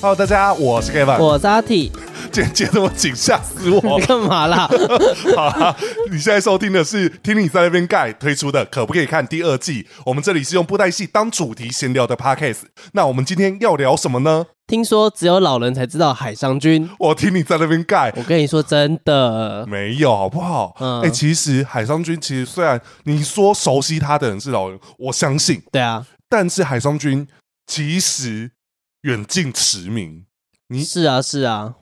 Hello，大家，我是 Kevin。我是阿 T，今天接着我紧吓死我你。 干嘛啦？好啦，你现在收听的是《听你在那边盖》推出的《可不可以看》第二季。我们这里是用布袋戏当主题闲聊的 Podcast。那我们今天要聊什么呢？听说只有老人才知道海商君，我听你在那边盖。我跟你说真的，没有，好不好？哎、嗯其实海商君，其实虽然你说熟悉他的人是老人，我相信，对啊，但是海商君其实远近驰名。你是啊是啊，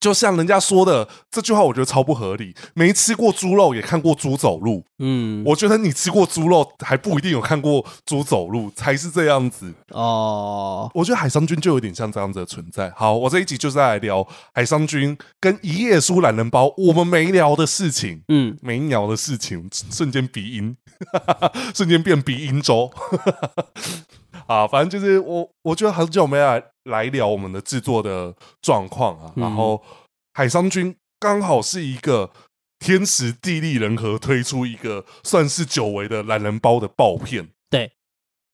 就像人家说的这句话，我觉得超不合理。没吃过猪肉，也看过猪走路。嗯，我觉得你吃过猪肉，还不一定有看过猪走路，才是这样子。哦，我觉得海商君就有点像这样子的存在。好，我这一集就是来聊海商君跟一夜书懒人包我们没聊的事情。嗯，没鸟的事情，瞬间鼻音， 瞬间变鼻音周。 啊，反正就是我，我觉得很久没来来聊我们的制作的状况啊。嗯然后海商君刚好是一个天时地利人和推出一个算是久违的懒人包的爆片。对，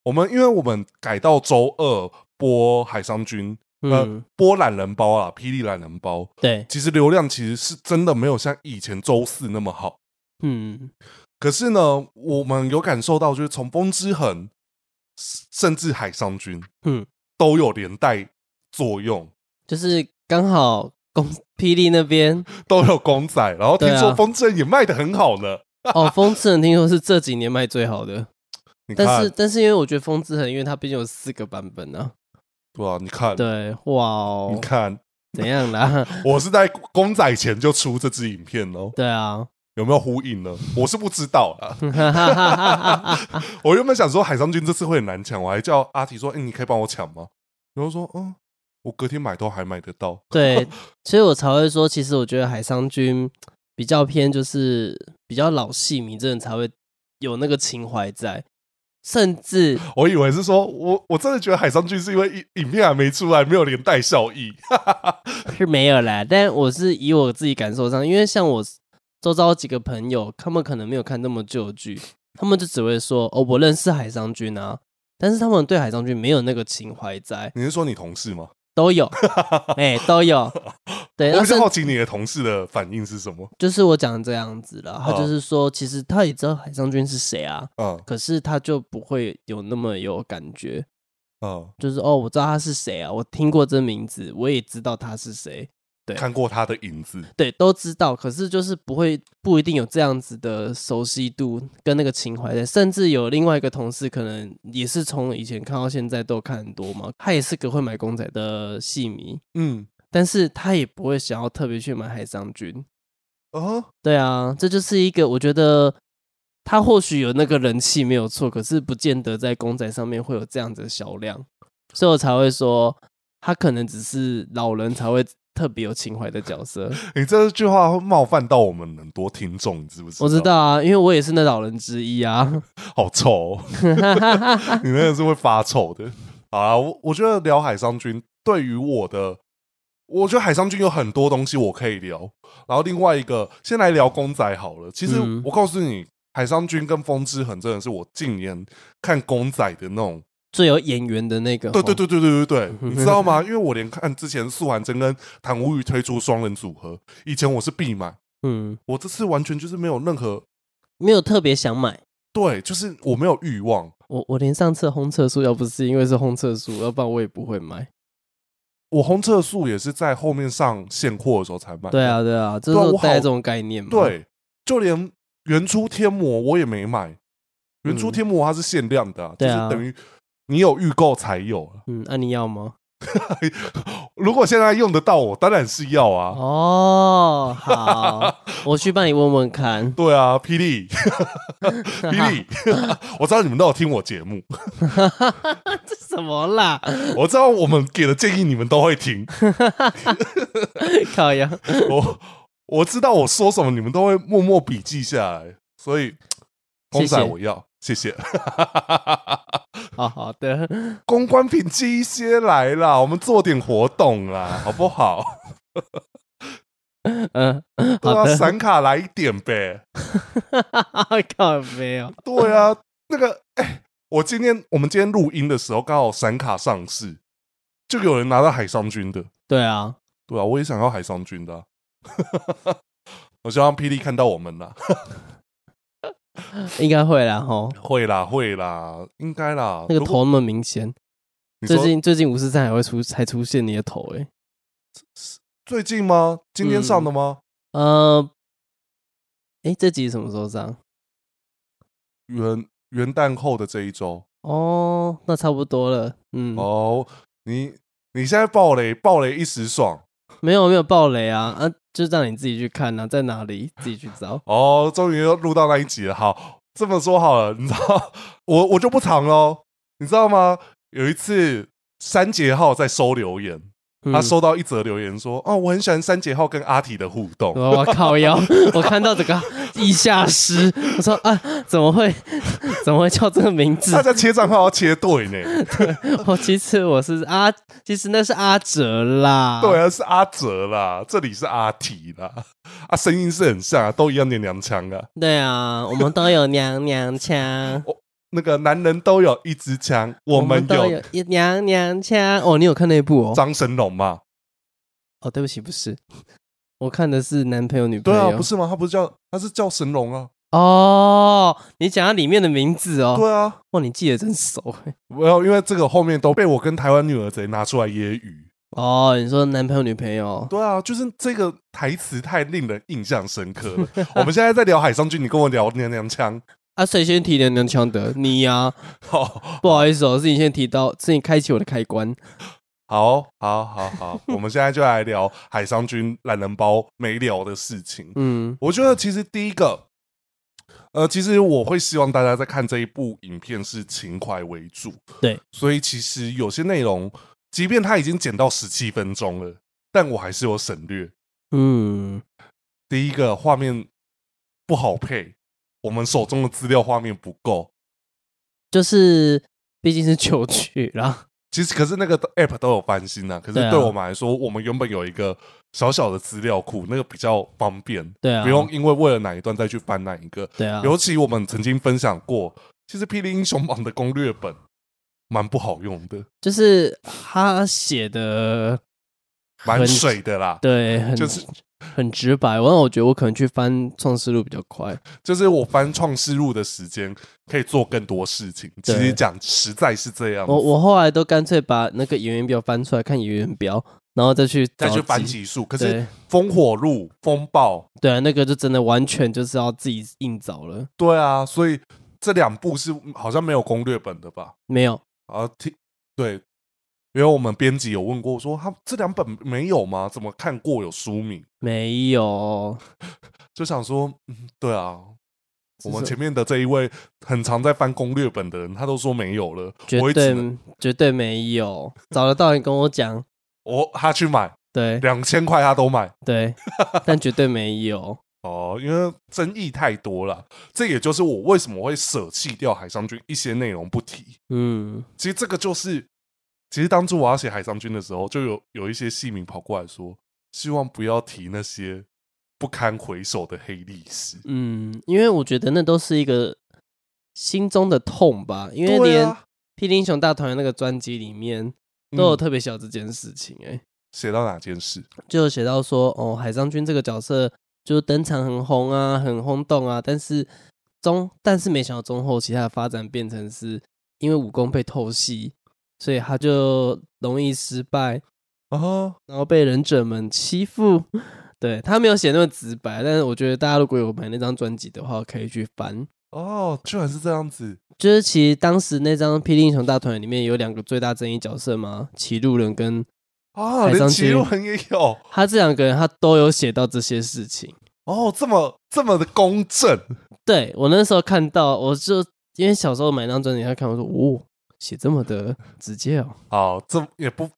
我们因为我们改到周二播海商君，呃嗯，，播懒人包啊，霹雳懒人包，对，其实流量其实是真的没有像以前周四那么好。嗯，可是呢，我们有感受到，就是从风之痕，甚甚至海上君，嗯，都有连带作用， 就是刚好公霹雳那边都有公仔。然后听对啊说风之痕也卖的很好呢。哦，风之痕听说是这几年卖最好的，你但是看，但是因为我觉得风之痕，因为它毕竟有四个版本啊，对啊，你看，对，哇你哦，看，怎样啦？ 我是在公仔前就出这支影片喽，对啊， 有没有呼应呢？我是不知道啦。哈哈哈哈哈哈我原本想说海上君这次会很难抢，我还叫阿提说：“哎、你可以帮我抢吗？”然后说：“嗯，我隔天买都还买得到。 对，所以我才会说，其实我觉得海商君比较偏，就是比较老戏迷，真的才会有那个情怀在。甚 至”我以为是说我我真的觉得海上君是因为影影片还没出来，没有连带效益。是没有啦，但我是以我自己感受上，因为像我周遭几个朋友，他们可能没有看那么旧剧，他们就只会说哦，我认识海商君啊，但是他们对海商君没有那个情怀在， 你是说你同事吗？都有，哎、都有，对，我那比较甚好奇你的同事的反应是什么。就是我讲这样子了，他哦就是说，其实他也知道海商君是谁啊，嗯可是他就不会有那么有感觉，嗯，就是哦，我知道他是谁啊，我听过这名字，我也知道他是谁，对看过他的影子，对，都知道，可是就是不会不一定有这样子的熟悉度跟那个情怀在，甚至有另外一个同事，可能也是从以前看到现在都有看很多嘛，他也是个会买公仔的戏迷，嗯但是他也不会想要特别去买海商君，啊，对啊，这就是一个我觉得他或许有那个人气没有错，可是不见得在公仔上面会有这样子的销量，所以我才会说他可能只是老人才会特别有情怀的 角色。你这句话会冒犯到我们很多听众，你知不知道？我知，道啊，因为我也是那老人之 一啊。好臭、哦，你那个是会发臭的。好啊，我我觉得聊海商君对于我的，我觉得海商君有很多东西我可以聊。然后另外一个，先来聊公仔好了。其实嗯我告诉你，海商君跟风之痕真的是我近年看公仔的那种最有眼缘的那个，对对哦，对对对对 对，你知道吗？因为我连看之前素还真跟唐无宇推出双人组合，以前我是必买，嗯，我这次完全就是没有任何没有特别想买。对，就是我没有欲望。我我连上次烘厕素要不是因为是烘厕素，要不然我也不会买。我红色素也是在后面上现货的时候才买，对啊，，对啊，这是对啊我我好带这种概念嘛。，对，就连原初天魔我也没买，原初嗯天魔它是限量的啊、就对是啊等于你有预购才有。嗯，那、你要吗？如果现在用得到，我当然是要啊。哦，好，我去帮你问问看。对啊，霹雳，霹雳， 我知道你们都有听我节目， 这什么 啦？我知道我们给的建议你们都会听，烤羊，我我知道我说什么你们都会默默笔记下来，所以公谢谢仔我要，谢谢。 好哦好的，公关品记一些来啦，我们做点活动啦，好不好？嗯，对好啊，的，闪卡来一点呗。 靠没有，对啊，那个哎、我今天我们今天录音的时候刚好闪卡上市，就有人拿到海商军的，对啊，对啊，我也想要海商军的啊、 我希望霹雳看到我们啦，应该会啦吼。会啦，会啦，应该啦。那个如果，头那么明显，你最说近最近五四三还会出才出现你的头欸诶、最近吗？今天嗯上的吗？呃，诶，这集什么时候上？元元旦后的这一周哦，那差不多了，嗯，哦，你你现在暴雷，暴雷一时爽。没有没有暴雷啊啊，就让你自己去看啊，在哪里自己去找哦，终于又录到那一集了。好，这么说好了，你知道 我我就不藏喽，你知道吗？有一次三杰浩在收留言，嗯他收到一则留言说：“哦，我很喜欢三杰浩跟阿体的互动。” 我我靠腰，我看到这个地下师，我说啊，怎么会 怎么会叫这个名字大？ 家切账号要切对呢，我其实我是阿，其实那是阿哲啦。对 啊，是阿哲啦，这里是阿提啦，啊，声音是很像啊，都一样娘娘腔啊，对啊，我们都有娘娘腔，那个男人都有一支枪， 我们都有有一娘娘腔。哦，你有看那一部哦？张神龙嘛，哦，对不起，不是，我看的是男朋友女朋对友。啊，不是吗？他不是叫他是叫神龙啊，哦，你讲到里面的名字哦。对啊，哇，你记得真熟欸没有，因为这个后面都被我跟台湾女儿贼拿出来揶揄，哦。你说男朋友女朋友？对啊，就是这个台词太令人印象深刻了。我们现在在聊海上君，你跟我聊娘娘腔，啊，谁先提娘娘腔的？你呀、好，不好意思哦，是你先提到，是你开启我的开关。好，好，好，好，我们现在就来聊海上君懒人包没聊的事情。嗯我觉得其实第一个，呃，其实我会希望大家在看这一部影片是情怀为主，对，所以其实有些内容，即便它已经剪到十七分钟了，但我还是有省略。嗯，第一个画面不好配，我们手中的资料画面不够。就是毕竟是旧剧啦。其实，可是那个 app 都有翻新啊。可是对啊对我们来说，我们原本有一个小小的资料库，那个比较方便， 对啊，不用因为为了哪一段再去翻哪一个。对啊，尤其我们曾经分享过，其实《霹雳英雄榜》的攻略本蛮不好用的，就是他写的蛮很水的啦。对，很就是很直白。然后我觉得我可能去翻《创世录》比较 快。就是我翻《创世录》的时间可以做更多事情。其对实讲实在是这样子，我我后来都干脆把那个演员表翻出来看演员表，然后再去再去找翻集。集数，可是对烽火路、风暴，对啊，那个就真的完全就是要自己硬找了。对啊，所以这两部是好像没有攻略本的吧？没有，啊，听对，因为我们编辑有问过说，他这两本没有吗？怎么看过有书名？没有，就想说，嗯，对啊，我们是前面的这一位很常在翻攻略本的人，他都说没有了，绝我也只能对绝对没有。找得到你跟我讲，我他去买对两千块，他都买对， 但绝对没有。哦，因为争议太多了。这也就是我为什么会舍弃掉海上君一些内容不提。嗯，其实这个就是，其实当初我要写海上君的时候，就有有一些戏迷跑过来说，希望不要提那些不堪回首的黑历史。嗯，因为我觉得那都是一个心中的痛吧，因为对连《啊，霹雳英雄大团圆》那个专辑里面都嗯有特别写到这件事情、欸，哎、写到哪件事？就有写到说，哦，海上君这个角色就登场很红啊，很轰动啊，但是中但是没想到中后期他的发展变成是因为武功被透析，所以他就容易失败，啊哈，然后被忍者们欺负。对他没有写那么直白，但是我觉得大家如果有买那张专辑的话，可以去翻。哦，居然是这样子。就是其实当时那张《霹雳英雄大团圆》里面有两个最大争议角色嘛，骑路人跟啊，海连上奇君文也有他这两个人，他都有写到这些事情。哦，这么这么的公正对我那时候看到，我就因为小时候买那张专辑，他看我说，哦，写这么的直接哦，哦，这也不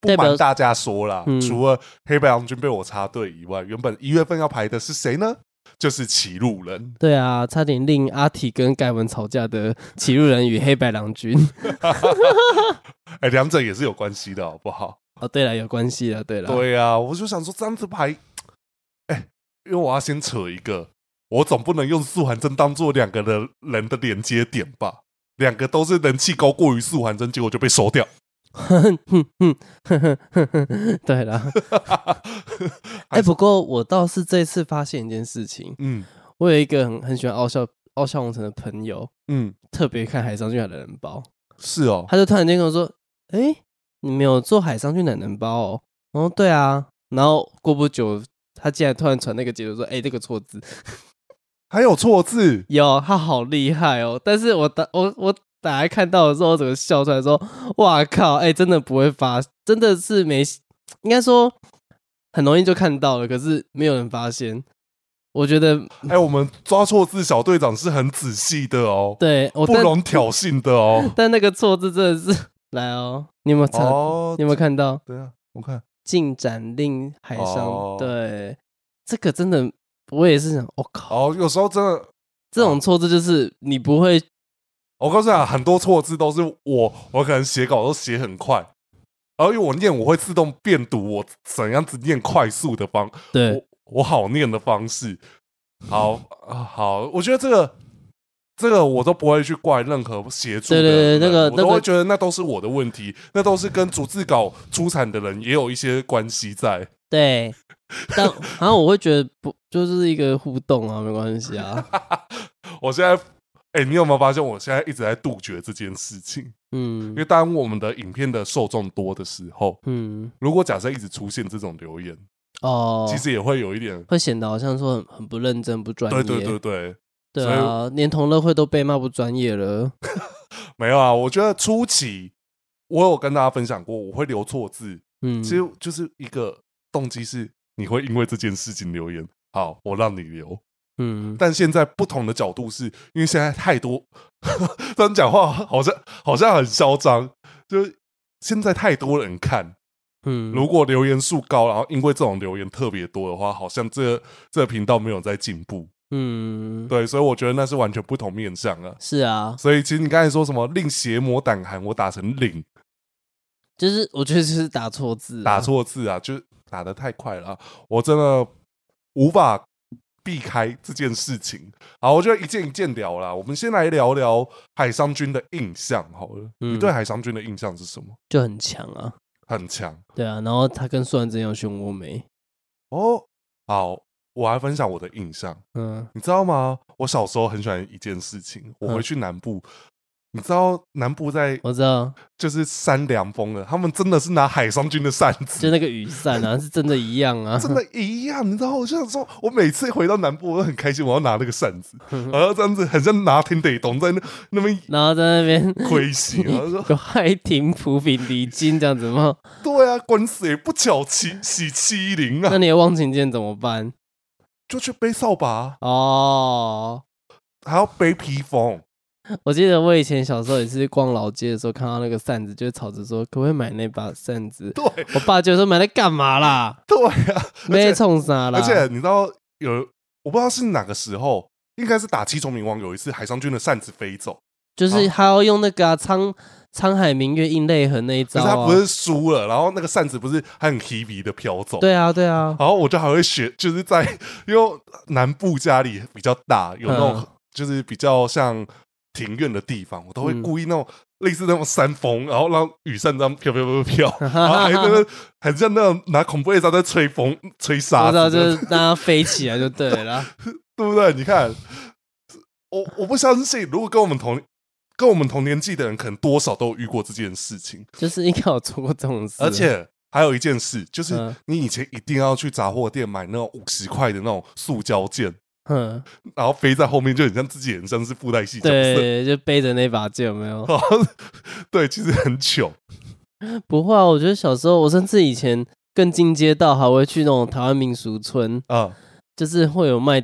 不代表瞒大家说啦，嗯除了黑白郎君被我插队以外，原本一月份要排的是谁呢？就是歧路人，对啊，差点令阿体跟盖文吵架的《骑路人与黑白郎君》 哎，两者也是有关系的，好不好？哦，对了，有关系了，对了，对呀、啊，我就想说这样子排，哎，因为我要先扯一个，我总不能用素还真当做两个的人的连接点吧？两个都是人气高过于素还真，结果就被收掉。 哼哼哼哼哼哼哼 对啦，哎、不过我倒是这次发现一件事情，嗯我有一个很很喜欢傲笑傲笑红尘的朋友，嗯，特别看海上俊男的人包，是哦，他就突然间跟我说：“哎、你没有做海上俊男人包哦？”我说：“对啊。”然后过不久，他竟然突然传那个截图说：“哎、这个错字还有错字，有，他好厉害哦！”但是我打我我打开看到的时候，我整个笑出来说：“哇靠！哎、真的不会发，真的是没，应该说很容易就看到了，可是没有人发现。我觉得哎，我们抓错字小队长是很仔细的哦，对我不但容挑衅的哦。 但那个错字真的是来哦，你有没有查？哦你，有没有看到？对啊，我看进展令海上，哦对，这个真的，我也是想，我、靠，哦，有时候真的，这种错字就是你不会，哦我告诉你啊，很多错字都是我，我可能写稿都写很快，然后因为我念我会自动辨读我怎样子念快速的方对我我好念的方式。好啊，好，我觉得这个这个我都不会去怪任何协助的对对对人那个我都那会个觉得那都是我的问题，那都是跟逐字稿出产的人也有一些关系在。对， 但好像我会觉得不就是一个互动啊，没关系啊， 我现在，哎、你有没有发现我现在一直在杜绝这件事情？嗯因为当我们的影片的受众多的时候，嗯如果假设一直出现这种留言，哦，其实也会有一点，会显得好像说很很不认真、不专业，对对对对，对啊，连同乐会都被骂不专业了，没有啊。我觉得初期我有跟大家分享过，我会留错字，嗯，其实就是一个动机是你会因为这件事情留言，好，我让你留。嗯，但现在不同的角度是因为现在太多， 这样讲话好像好像很嚣张，就是现在太多人看。嗯，如果留言数高，然后因为这种留言特别多的话，好像这这个频道没有在进步。嗯，对，所以我觉得那是完全不同面向啊。是啊，所以其实你刚才说什么令邪魔胆寒，我打成领，啊就是我觉得就是打错字、打，错字啊，就是打的太快了啊，我真的无法避开这件事情。好，我就一件一件聊啦。我们先来聊聊海商君的印象好了。嗯你对海商君的印象是什么？就很强啊。很强对啊，然后他跟苏完真有漩涡眉，哦。好，我来分享我的印象。嗯，你知道吗？我小时候很喜欢一件事情，我嗯回去南部。你知道南部在我知道，就是扇凉风了，他们真的是拿海商君的扇子，就那个雨伞啊，是真的一样啊，真的一样，你知道？我就想说，我每次回到南部，我都很开心，我要拿那个扇 子，然后这样子很像拿天得懂在那那边然后在那边亏心， 然后 说有海亭、普比、离经这样子吗？对啊，管谁不巧其喜欺凌啊那，你的忘情剑怎么办？就去背扫把啊，哦，还要背披风， 我记得我以前小时候也是逛老街的时候看到那个扇子，就会吵着说可不可以买那把扇子？对我爸就说买来干嘛 啦？对啊，没冲啥啦？而且你知道有我不知道是哪个时候，应该是打七重冥王有一次海上君的扇子飞走，就是他要用那个啊沧沧海明月映泪痕那一可招是他啊不。是输了，然后那个扇子不是还很 h e 的飘走，对啊，对啊，然后我就还会学，就是在因为南部家里比较大，有那种嗯就是比较像庭院的地方，我都会嗯故意那种类似那种山风，然后让雨伞这样飘飘飘飘，飘，然后还那个很像那种拿恐怖夜叉在吹风吹我沙知道，子，就是让它飞起来就对了啦。 对不对？你看，我我不相信，如果跟我们同跟我们同年纪的人，可能多少都有遇过这件事情，就是应该有做过这种事，而且。还有一件事，就是嗯你以前一定要去杂货店买那种五十块的那种塑胶剑，嗯，然后飞在后面，就很像自己很像是附带戏角色。对，就背着那把剑有没有？ 然后 对，其实很糗。不会啊，我觉得小时候，我甚至以前更进阶到还会去那种台湾民俗村，啊，就是会有卖，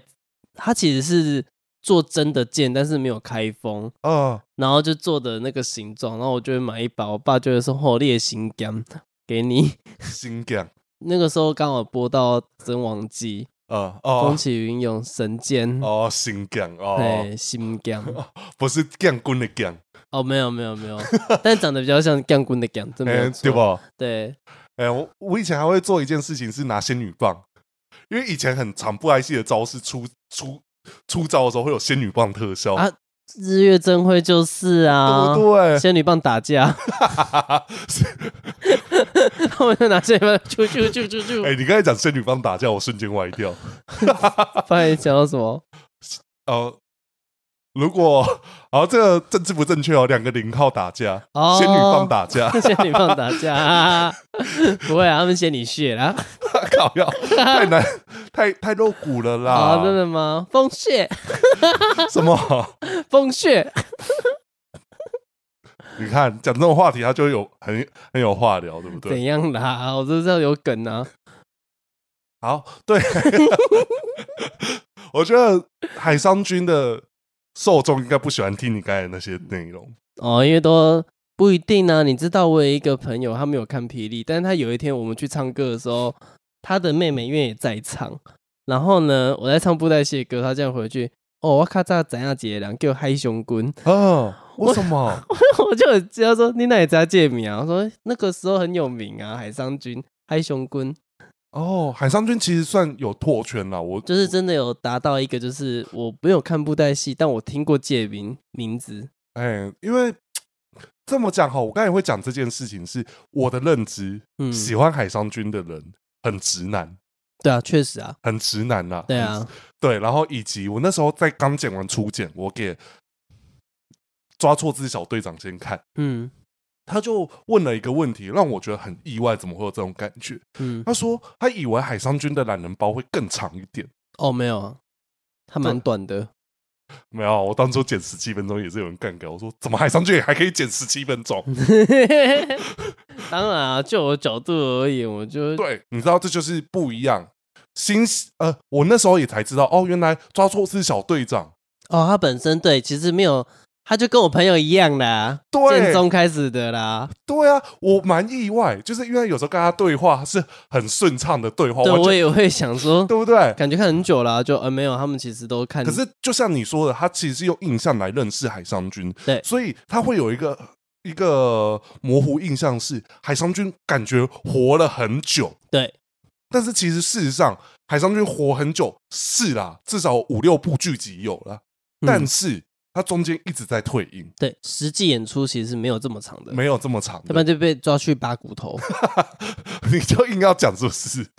它其实是做真的剑，但是没有开封。啊，然后就做的那个形状，然后我就会买一把，我爸就会说：“哦，烈心肝给你。 新疆”那个时候刚好播到《真王记》啊，风哦起云涌，神剑，哦，新疆哦，对，心肝。不是降棍的降，哦，没有没有没有，但长得比较像干棍的干，真没哎有，对错。吧？对，哎，我我以前还会做一件事情，是拿仙女棒，因为以前很常不爱戏的招式出出出招的时候会有仙女棒特效啊日月真辉就是啊，对不对？仙女棒打架， 我就拿仙女棒啾啾啾啾哎、啾。你刚才讲仙女棒打架，我瞬间歪掉。发现讲到什么？呃，如果好，这个政治不正确哦，两个零号打架，哦仙女棒打架， 仙女棒打架、 啊，不会啊，他们仙女屑啦。靠要太难，太太露骨了啦。啊，真的吗？风穴，什么？ 风穴，你看讲这种话题，他就有很很有话聊，对不对怎？样啦？我都知道有梗啊。好，对， 我觉得海商君的受众应该不喜欢听你刚才那些内容。哦，因为都不一定呢、你知道，我有一个朋友，他没有看霹雳，但是他有一天我们去唱歌的时候，他的妹妹因为也在唱，然后呢，我在唱布袋戏的歌，他这样回去，哦，我咔嚓怎样解人叫嗨熊棍，嗯，为什么？ 我就很知道说你哪里在借名啊？我说那个时候很有名啊，海商君。嗨熊棍哦，海商君其实算有拓圈啦，我就是真的有达到一个，就是我没有看布袋戏，但我听过借名名字，哎、因为这么讲哈，我刚才会讲这件事情，是我的认知，嗯，喜欢海商君的人很直男，对啊，确实啊，很直男啦。对啊，对，然后以及我那时候在刚剪完初剪，我给抓错字小队长先看，嗯他就问了一个问题，让我觉得很意外，怎么会有这种感觉？嗯，他说他以为海商君的懒人包会更长一点，哦，没有啊，它蛮对短的，没有，我当初剪十七分钟也是有人干掉，我说怎么海商君也还可以剪十七分钟？ 当然啊，就我角度而言，我就对，你知道这就是不一样。新呃，我那时候也才知道哦，原来抓错是小队长。哦，他本身对，其实没有，他就跟我朋友一样啦，建对中开始的啦，对啊，我蛮意外，就是因为有时候跟他对话是很顺畅的对话，对完全我也 会想说，哦对不对？感觉看很久啦，就呃没有，他们其实都看，可是就像你说的，他其实是用印象来认识海商君，对所以他会有一个一个模糊印象是海商君感觉活了很久，对，但是其实事实上海商君活很久是啦，至少五六部剧集有啦，嗯但是他中间一直在退隐。对实际演出其实没有这么长的，没有这么长要不然的，就被抓去拔骨头。 你就硬要讲是不是？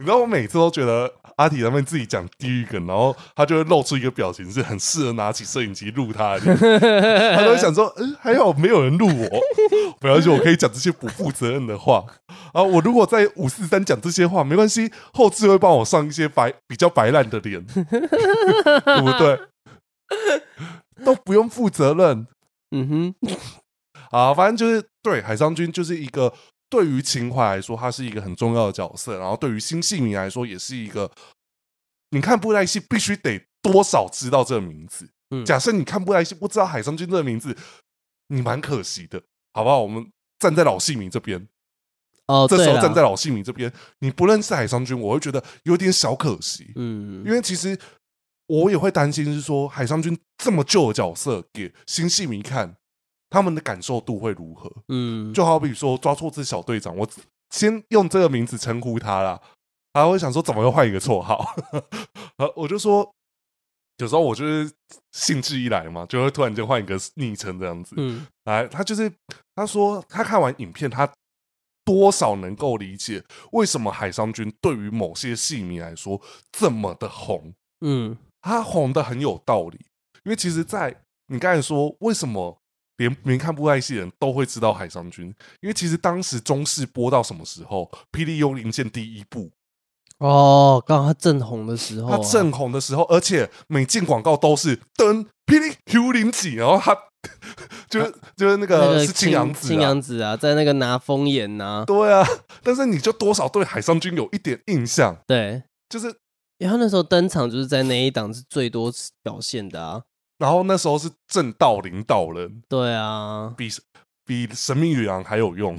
你知道我每次都觉得阿体他们自己讲地狱梗，然后他就会露出一个表情，是很适合拿起摄影机录他的脸。 他都会想说，嗯，还好没有人录我， 没关系，我可以讲这些不负责任的话啊。我如果在五四三讲这些话，没关系，后置会帮我上一些白比较白烂的脸，对不对？都不用负责任，嗯哼，啊，反正就是对海商君就是一个对于情怀来说，他是一个很重要的角色，然后对于新戏迷来说，也是一个你看布袋戏必须得多少知道这个名字。嗯假设你看布袋戏不知道海商君这个名字，你蛮可惜的，好不好？我们站在老戏迷这边，哦，这时对候啦站在老戏迷这边，你不认识海商君，我会觉得有点小可惜，嗯因为其实我也会担心是说海商君这么旧的角色给新戏迷看，他们的感受度会如何？嗯就好比说抓错字小队长，我先用这个名字称呼他啦，然后我想说怎么又换一个绰号， 呃，我就说有时候我就是兴致一来嘛，就会突然间换一个昵称这样子。嗯来，他就是他说他看完影片，他多少能够理解为什么海商君对于某些戏迷来说这么的红，嗯他红的很有道理，因为其实在，你刚才说为什么连没看布袋戏的人都会知道海商君，因为其实当时中视播到什么时候，《霹雳幽灵剑》第一部，哦，刚好他正红的时候啊，它正红的时候，而且每进广告都是灯霹雳幽灵几，然后他 就是就是啊那那个个呃是青阳子青啊，阳子啊，在那个拿风眼呐、对啊，但是你就多少对海商君有一点印象，对，就是因为他那时候登场就是在那一档是最多表现的啊，然后那时候是正道领导人，对啊，比比神秘女郎还有用。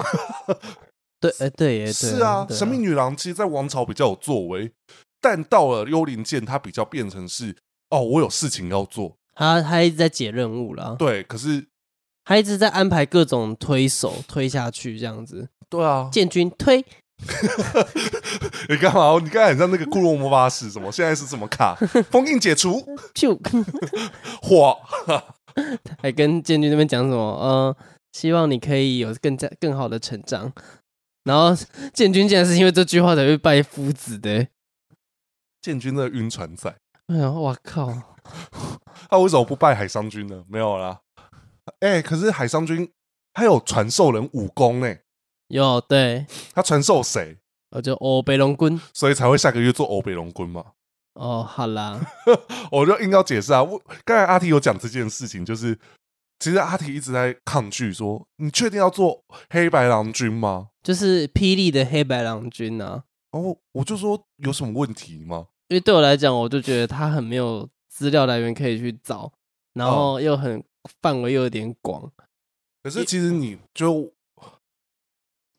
对，哎、对耶，对是啊，对神秘女郎其实，在王朝比较有作为，但到了幽灵剑，它比较变成是哦，我有事情要做。他他一直在解任务啦，对，可是他一直在安排各种推手推下去这样子，对啊，建军推你干嘛？你刚才很像那个库洛魔法使，什么现在是什么 卡？封印解除，就火。 还跟监军那边讲什么？呃，希望你可以有更加更好的成长。然后建军竟然是因为这句话才会拜夫子的、欸，建军的晕船仔，哎呀，哇靠！他为什么不拜海商君呢？没有啦。哎、可是海商君他有传授人武功呢、有对，他传授谁？我就哦北龙棍所以才会下个月做欧北龙君嘛。哦，好啦，我就硬要解释啊。我刚才阿提有讲这件事情，就是其实阿提一直在抗拒说：“你确定要做黑白郎君吗就是霹雳的黑白郎君啊。？”然后我就说：“有什么问题吗因为对我来讲，我就觉得他很没有资料来源可以去找，哦然后又很范围又有点广，？”可是其实你就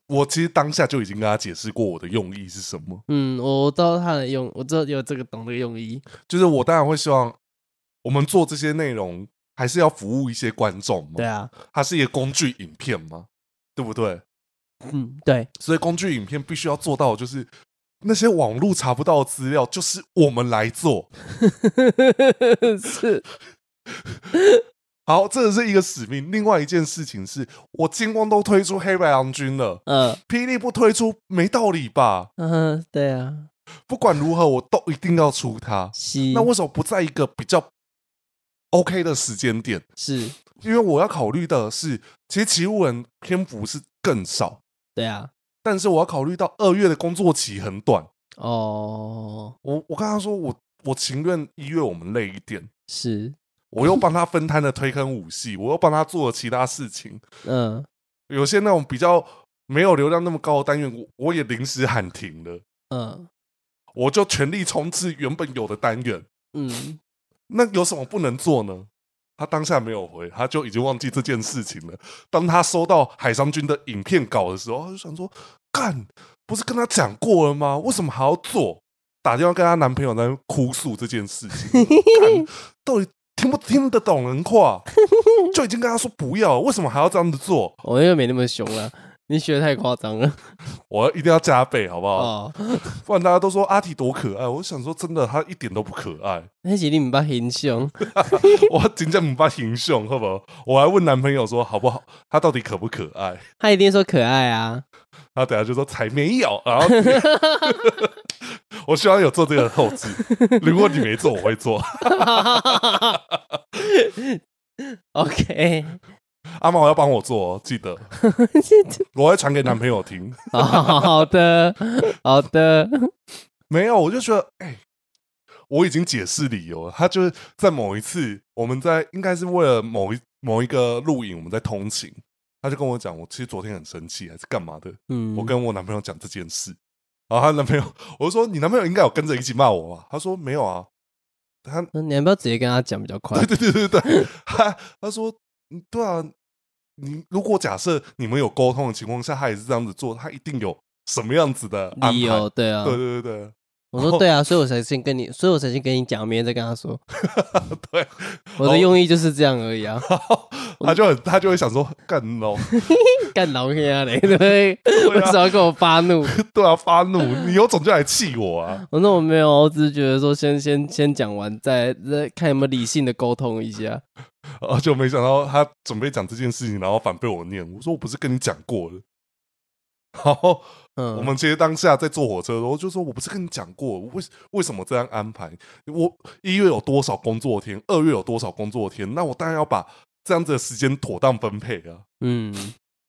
我其实当下就已经跟他解释过我的用意是什么，嗯，我知道他的用，我知道有这个懂这个用意，就是我当然会希望我们做这些内容还是要服务一些观众嘛对，啊，它是一个工具影片嘛，对不对？嗯，对， 所以工具影片必须要做到，就是那些网络查不到的资料，就是我们来做。是，好，这是一个使命。另外一件事情是，我金光都推出黑白郎君了， 嗯、霹雳不推出没道理吧？嗯、对啊，不管如何，我都一定要出它。西那为什么不在一个比较 OK 的时间点？是，因为我要考虑的是，其实奇物人篇幅是更少，对啊，但是我要考虑到二月的工作期很短。哦，我我跟他说，我我情愿一月我们累一点，是，我又帮他分摊了推坑武戏，我又帮他做了其他事情。嗯、有些那种比较没有流量那么高的单元，我我也临时喊停了，嗯、我就全力冲刺原本有的单元。嗯，那有什么不能做呢？他当下没有回，他就已经忘记这件事情了。当他收到海商君的影片稿的时候，他就想说：“干，不是跟他讲过了吗？为什么还要做？”打电话跟她男朋友在那边哭诉这件事情，干到底听不听得懂人话？就已经跟他说不要了，为什么还要这样子做？我又没那么凶了，你学的太夸张了，我一定要加倍，好不好？哦，不然大家都说阿提多可爱，我想说真的，他一点都不可爱。那是你唔捌英雄， 我真正不把形象，好不好？我还问男朋友说好不好，他到底可不可爱？他一定说可爱啊，他等下就说才没有。然后 我希望有做这个后置，如果你没做，我会做。 OK，阿毛要帮我做、哦，记得我会传给男朋友听。 好的，好的，没有，我就觉得哎。我已经解释理由了，他就是在某一次，我们在应该是为了某一某一个录影，我们在通勤，他就跟我讲，我其实昨天很生气，还是干嘛的，嗯，我跟我男朋友讲这件事，然后她男朋友，我就说你男朋友应该有跟着一起骂我吧？他说没有啊，他那你要不要直接跟他讲比较快 对？对对对对，他他说嗯对啊，你如果假设你们有沟通的情况下，他也是这样子做，他一定有什么样子的安排。理由对啊，对哦对对对 我说对啊，所以我才先跟你，所以我才先跟你讲，明天再跟他哦说，对，我的用意就是这样 而已啊，然后他就很他就会想说干 哦，干老黑啊嘞，对不对？为什么要跟我发 怒？啊对啊，发怒，你有种就来气我啊！我说我没有，我只是觉得说先先先讲完，再再看有没有理性的沟通一下。然后就没想到他准备讲这件事情，然后反被我念，我说我不是跟你讲过了， 然后。嗯，我们其实当下在坐火车的时候，就说我不是跟你讲过，为为什么这样安排？我一月有多少工作天，二月有多少工作天，那我当然要把这样子的时间妥当分配啊。嗯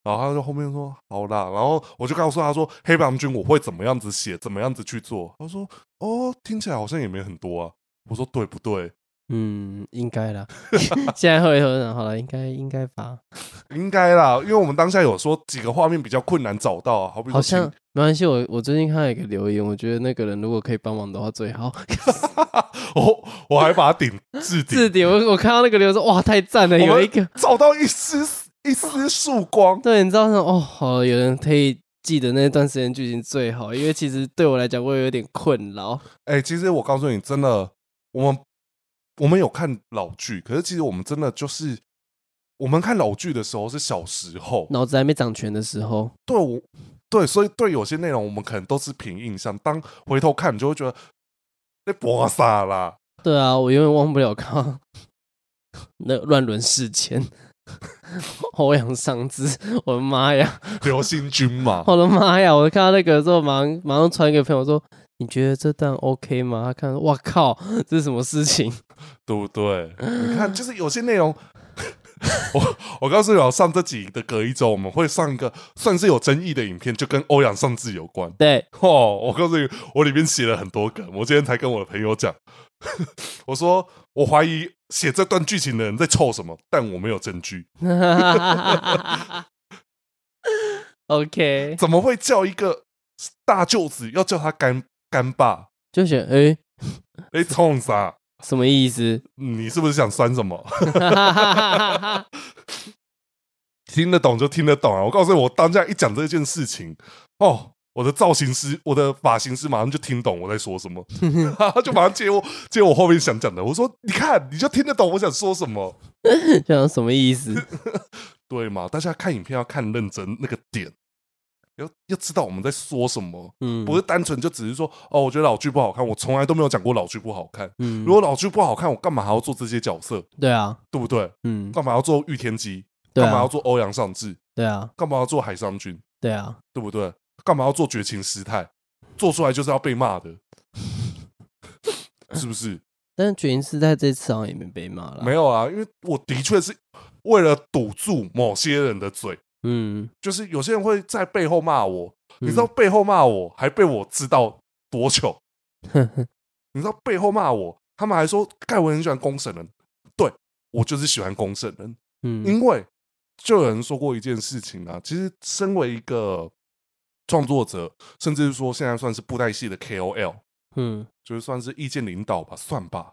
然后他就后面说好啦，然后我就告诉他说黑白郎君我会怎么样子写，怎么样子去做。他说哦，听起来好像也没很多啊。我说对不对？嗯，应该啦。 现在后一头想好了，应该应该吧。应该啦，因为我们当下有说几个画面比较困难找到、啊，好比说好像请没关系，我我最近看到一个留言，我觉得那个人如果可以帮忙的话最 好。我我还把它顶置顶字典，我我看到那个留言说，哇，太赞了，我们 有一个找到一丝一丝曙光。对，你知道那种哦，好，有人可以记得那段时间剧情最好，因为其实对我来讲，我也有点困扰。哎、其实我告诉你，真的，我们我们有看老剧，可是其实我们真的就是我们看老剧的时候是小时候，脑子还没长全的时候，对我对，所以对有些内容我们可能都是凭印象，当回头看你就会觉得那博傻 啦，对啊，我永远忘不了刚刚那乱伦事件， 欧阳尚志，我的妈呀，流星君嘛，我的妈呀！我看到那个之后，马上马上传给朋友说：“你觉得这段 OK 吗？”他看，哇靠，这是什么事情？ 对不对？你看，就是有些内容， 我我告诉你哦，上这集的隔一周，我们会上一个算是有争议的影片，就跟欧阳尚志有关。对，哦，我告诉你，我里面写了很多梗，我今天才跟我的朋友讲， 我说我怀疑写这段剧情的人在凑什么，但我没有证据，OK，怎么会叫一个大舅子要叫他干干爸？就选诶，哎，冲啥？什么意思？ 你是不是想酸什么？ 听得懂就听得懂啊！我告诉你，我当下一讲这件事情，哦，我的造型师、我的发型师马上就听懂我在说什么，他就马上接我接我后面想讲的。我说：“你看，你就听得懂我想说什么，想什么意思？对嘛？”大家看影片要看认真那个点，要要知道我们在说什么，嗯，不是，单纯就只是说哦，我觉得老剧不好看，我从来都没有讲过老剧不好看。嗯，如果老剧不好看，我干嘛还要做这些角色，对啊，对不对？嗯，干嘛要做御天机？对干嘛要啊，做欧阳尚志？对啊，干嘛要做海上君？对啊，对不对？干嘛要做绝情师太？做出来就是要被骂 的，是不是？但是卷是在这次好像也没被骂了，没，有啊，因为我的确是为了堵住某些人的嘴，嗯，就是有些人会在背后骂我，你知道背后骂我还被我知道多糗，嗯你知道背后骂我，他们还说盖文很喜欢公审人，对我就是喜欢公审人，嗯，因为就有人说过一件事情啊，其实身为一个创作者，甚至是说现在算是布袋戏的 KOL，嗯，就是算是意见领导吧，算吧，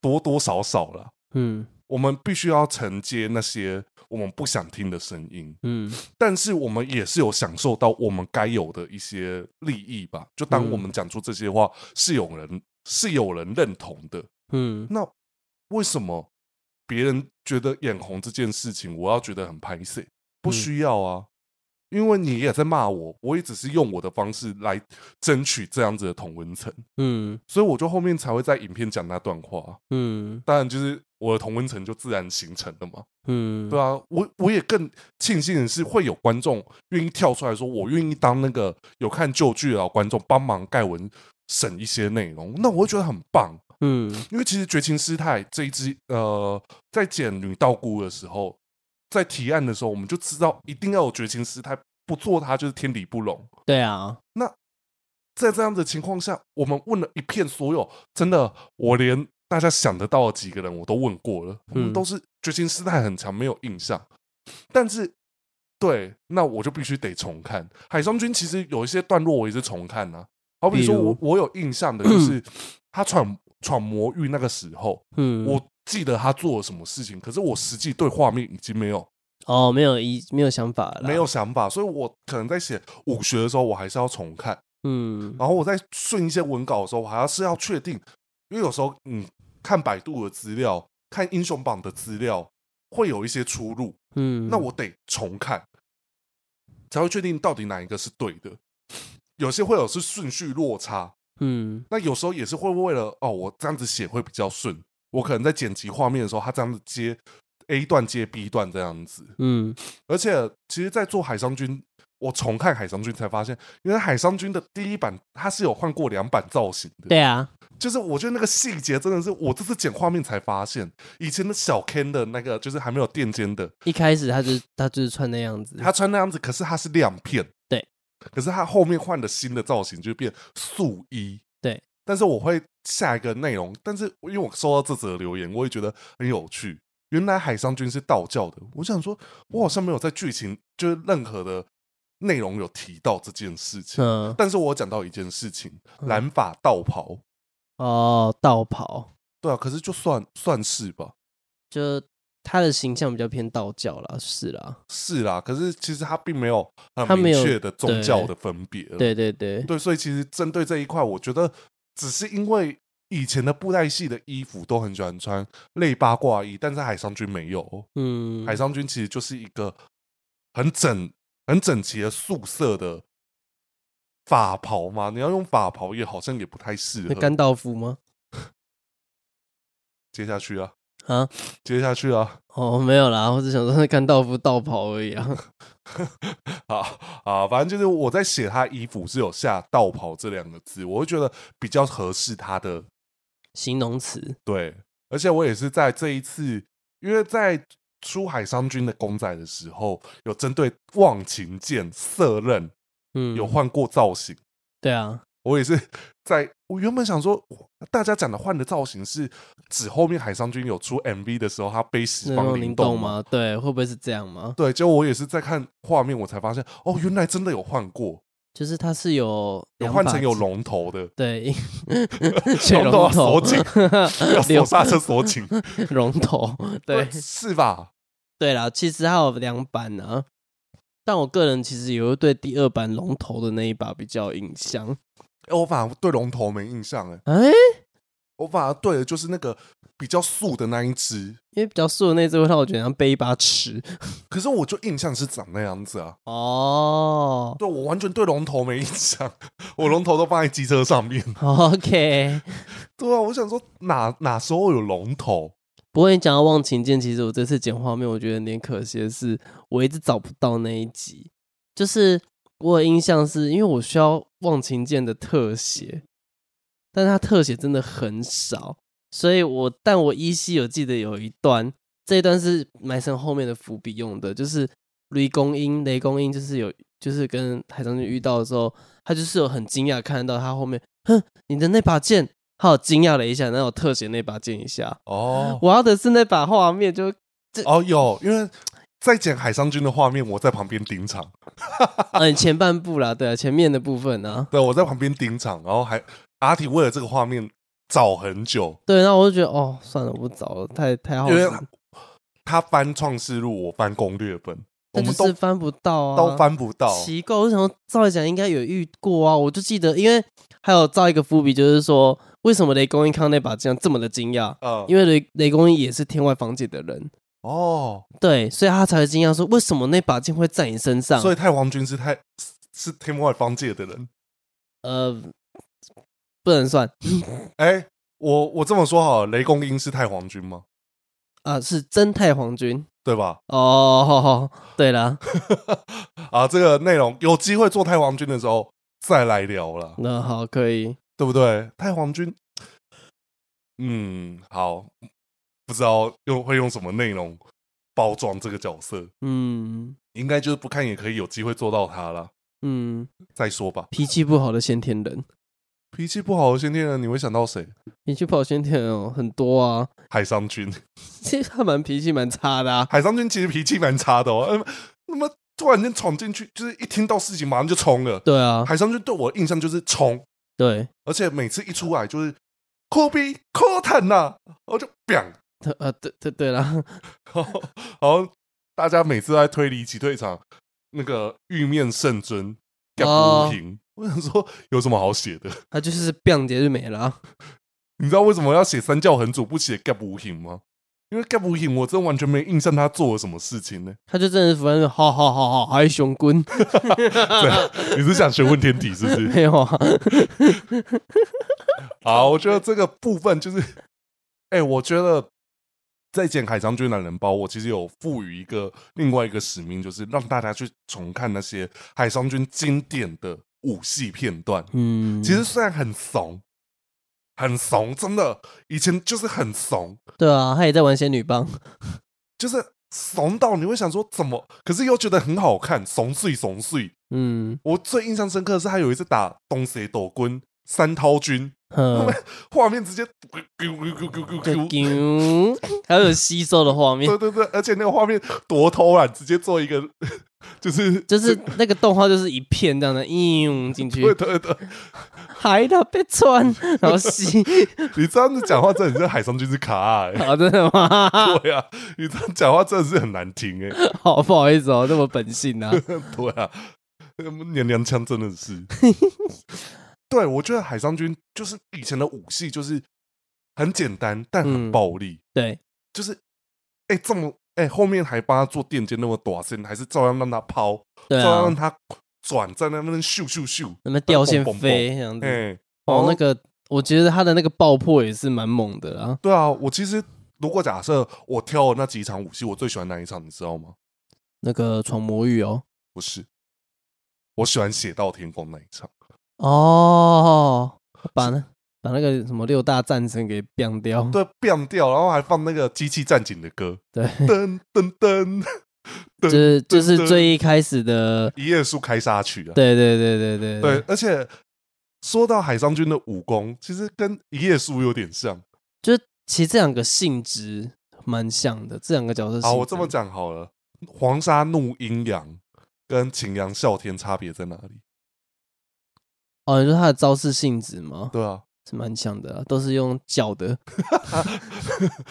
多多少少啦。嗯，我们必须要承接那些我们不想听的声音，嗯，但是我们也是有享受到我们该有的一些利益吧。就当我们讲出这些话，是有人是有人认同的。嗯，那为什么别人觉得眼红这件事情，我要觉得很拍摄？不需要啊，因为你也在骂我，我也只是用我的方式来争取这样子的同温层。嗯，所以我就后面才会在影片讲那段话。嗯，当然，就是我的同温层就自然形成了嘛。嗯，对啊，我我也更庆幸的是，会有观众愿意跳出来说，我愿意当那个有看旧剧的老观众，帮忙盖文审一些内容，那我会觉得很棒。嗯，因为其实《绝情师太》这一支，呃，在剪女道姑的时候，在提案的时候，我们就知道一定要有绝情师太，不做它就是天理不容。对啊，在这样的情况下，我们问了一片所有，真的，我连大家想得到的几个人我都问过了，我们都是决心师态很强，没有印象。但是，对，那我就必须得重看《海上君》。其实有一些段落我也是重看啊，好比说比如我我有印象的 就是他闯闯魔域那个时候，嗯，我记得他做了什么事情，可是我实际对画面已经没有哦，没有一没有想法了，没有，想法，所以我可能在写武学的时候，我还是要重看。嗯，然后我在顺一些文稿的时候，我还要是要确定，因为有时候你看百度的资料、看英雄榜的资料，会有一些出入，嗯，那我得重看，才会确定到底哪一个是对的。有些会有是顺序落差，嗯那有时候也是会为了哦，我这样子写会比较顺，我可能在剪辑画面的时候，他这样子接 A 段接 B 段这样子，嗯而且，其实，在做海商君，我重看海商君才发现，原来海商君的第一版它是有换过两版造型的。对啊，就是我觉得那个细节真的是我这次剪画面才发现，以前的小 Ken 的那个就是还没有垫肩的，一开始他就是他就是穿那样子，他穿那样子，可是他是亮片，对。可是他后面换了新的造型，就变素衣，对。但是我会下一个内容，但是因为我收到这则留言，我也觉得很有趣。原来海商君是道教的，我想说，我好像没有在剧情就是任何的内容有提到这件事情，嗯但是我有讲到一件事情，嗯染发道袍，哦，道袍对啊，可是就算算是吧，就他的形象比较偏道教啦，是啦，是啦，可是其实他并没有它很没明有确的宗教对的分别，对对对对，对，所以其实针对这一块，我觉得只是因为以前的布袋戏的衣服都很喜欢穿类八卦衣，但是海上军没有哦。嗯，海上军其实就是一个很整、很整齐的素色的法袍嘛，你要用法袍也好像也不太适那合。甘道夫吗？接下去啊，啊，接下去啊， 哦，没有啦，我只想说那甘道夫道袍而已啊。 啊啊，反正就是我在写他衣服是有下“道袍”这两个字，我会觉得比较合适他的形容词，对，而且我也是在这一次，因为在出海商军的公仔的时候，有针对忘情剑、色刃嗯，有换过造型。对啊，我也是在，我原本想说，大家讲的换的造型是指后面海商军有出 MV 的时候，他背十那方种灵动动？吗？对，会不会是这样吗？对，结果我也是在看画面，我才发现，哦，原来真的有换过，就是它是有有两换把成有剑，龙头 的，对，水龙头龙要头锁紧要流锁刹车锁紧，龙头， 对是吧？ 对啦，其实还有两版呢、但我个人其实也会对第二版龙头的那一把比较有印象。哎我反而对龙头没印象，哎，哎、我反而对的就是那个比较素的那一只，因为比较素的那只会让我觉得像背一把尺可是我就印象是长那样子啊，哦。对我完全对龙头没印象，我龙头都放在机车上面。 OK，对啊，我想说哪哪时候有龙头？不过你讲到忘情剑，其实我这次剪画面，我觉得有点可惜的是，我一直找不到那一集。就是我有印象是因为我需要忘情剑的特写，但是它特写真的很少，所以我但我依稀有记得有一段，这一段是埋成后面的伏笔用的，就是雷公英，雷公英就是有就是跟海将军遇到的时候，他就是有很惊讶看到他后面，哼，你的那把剑，他有惊讶了一下，然后有特写那把剑一下。哦我要的是那把画面，就啊哦，有，因为在剪海上军的画面，我在旁边盯场，嗯、前半部啦，对啊，前面的部分啊，对我在旁边盯场，然后还阿体为了这个画面找很久，对，那我就觉得哦，算了，不找了，太太好因为奇，他翻创世录，我翻攻略本，我但就们都是翻不到啊，都翻不到。奇怪，我想说照理讲应该有遇过啊，我就记得，因为还有造一个伏笔，就是说为什么雷公英看到那把剑这么的惊讶，呃，因为雷雷公英也是天外房姐的人，哦，对，所以他才会惊讶说为什么那把剑会在你身上，所以太皇军是太是是天外方界的人。呃，不能算哎、我我这么说好了，雷公英是太皇军吗？啊，是真太皇军对吧？ 哦， 对啦。啊，这个内容有机会做太皇军的时候再来聊了。那好，可以。对不对？太皇军，嗯，好，不知道用会用什么内容包装这个角色，嗯应该就是不看也可以有机会做到他了。嗯，再说吧，脾气不好的先天人，脾气不好的先天人，你会想到谁？脾气不好的先天人哦，很多啊。 海商君，其实他蛮脾气蛮差的啊。海商君其实脾气蛮差的哦，呃那么突然间闯进去，就是一听到事情马上就冲了。对啊，海商君对我的印象就是冲，对，而且每次一出来就是酷逼酷坦呐，然后就 biang，他呃，对对对啦， 然后，然后大家每次都在推理起退场，那个玉面圣尊干哦不平。我想说，有什么好写的？他就是棒节就没了啊。你知道为什么要写三教恒主不写 gap 无形吗？因为 gap 无形，我真完全没印象他做了什么事情呢、他就真的是反正好好好好，还熊棍 对啊，你是想学问天体是不是？没有啊？好，我觉得这个部分就是， 哎、我觉得在剪《海上军男人包》，我其实有赋予一个另外一个使命，就是让大家去重看那些海上军经典的武戏片段。嗯，其实虽然很怂，很怂，真的，以前就是很怂，对啊，他也在玩仙女棒。就是怂到你会想说怎么，可是又觉得很好看，怂碎怂碎。嗯，我最印象深刻的是他有一次打东邪斗棍三涛军， 哼，画面直接，丢，还有吸收的画面 对，对对，而且那个画面多偷懒，直接做一个就是就是那个动画就是一片这样的，嗯，进去对。对对， 海的被穿，然后吸，你这样子讲话真的很像海上军是卡、欸，好真的吗？ 对啊，你这样讲话真的是很难听哎、 好不好意思哦，那么本性啊。对啊，那么娘娘腔真的 是。对，我觉得海商军就是以前的武戏，就是很简单，但很嗯暴力。 对，就是，哎、这么，哎、后面还帮他做垫肩那么短身，还是照样让他抛，对照样让啊，他转，在那边咻咻咻，那么掉线蹦蹦蹦飞这样子。哎，哦，然那后个我觉得他的那个爆破也是蛮猛的啊。对啊，我其实如果假设我挑了那几场武戏，我最喜欢哪一场，你知道吗？那个床魔域哦，不是，我喜欢血到天光那一场。哦，把那把那个什么六大战神给变掉。对，变调，然后还放那个机器战警的歌，对，噔噔噔，就对是就是对最一开始的，一页书开杀曲啊。对对对对对，而且说到海上君的武功，其实跟一页书有点像。就是其实这两个性质蛮像的，这两个角色。好，哦我这么，讲好了，黄沙怒阴阳跟晴阳啸天差别在哪里？哦，你说他的招式性质吗？对啊，是蛮像的啊、都是用叫的，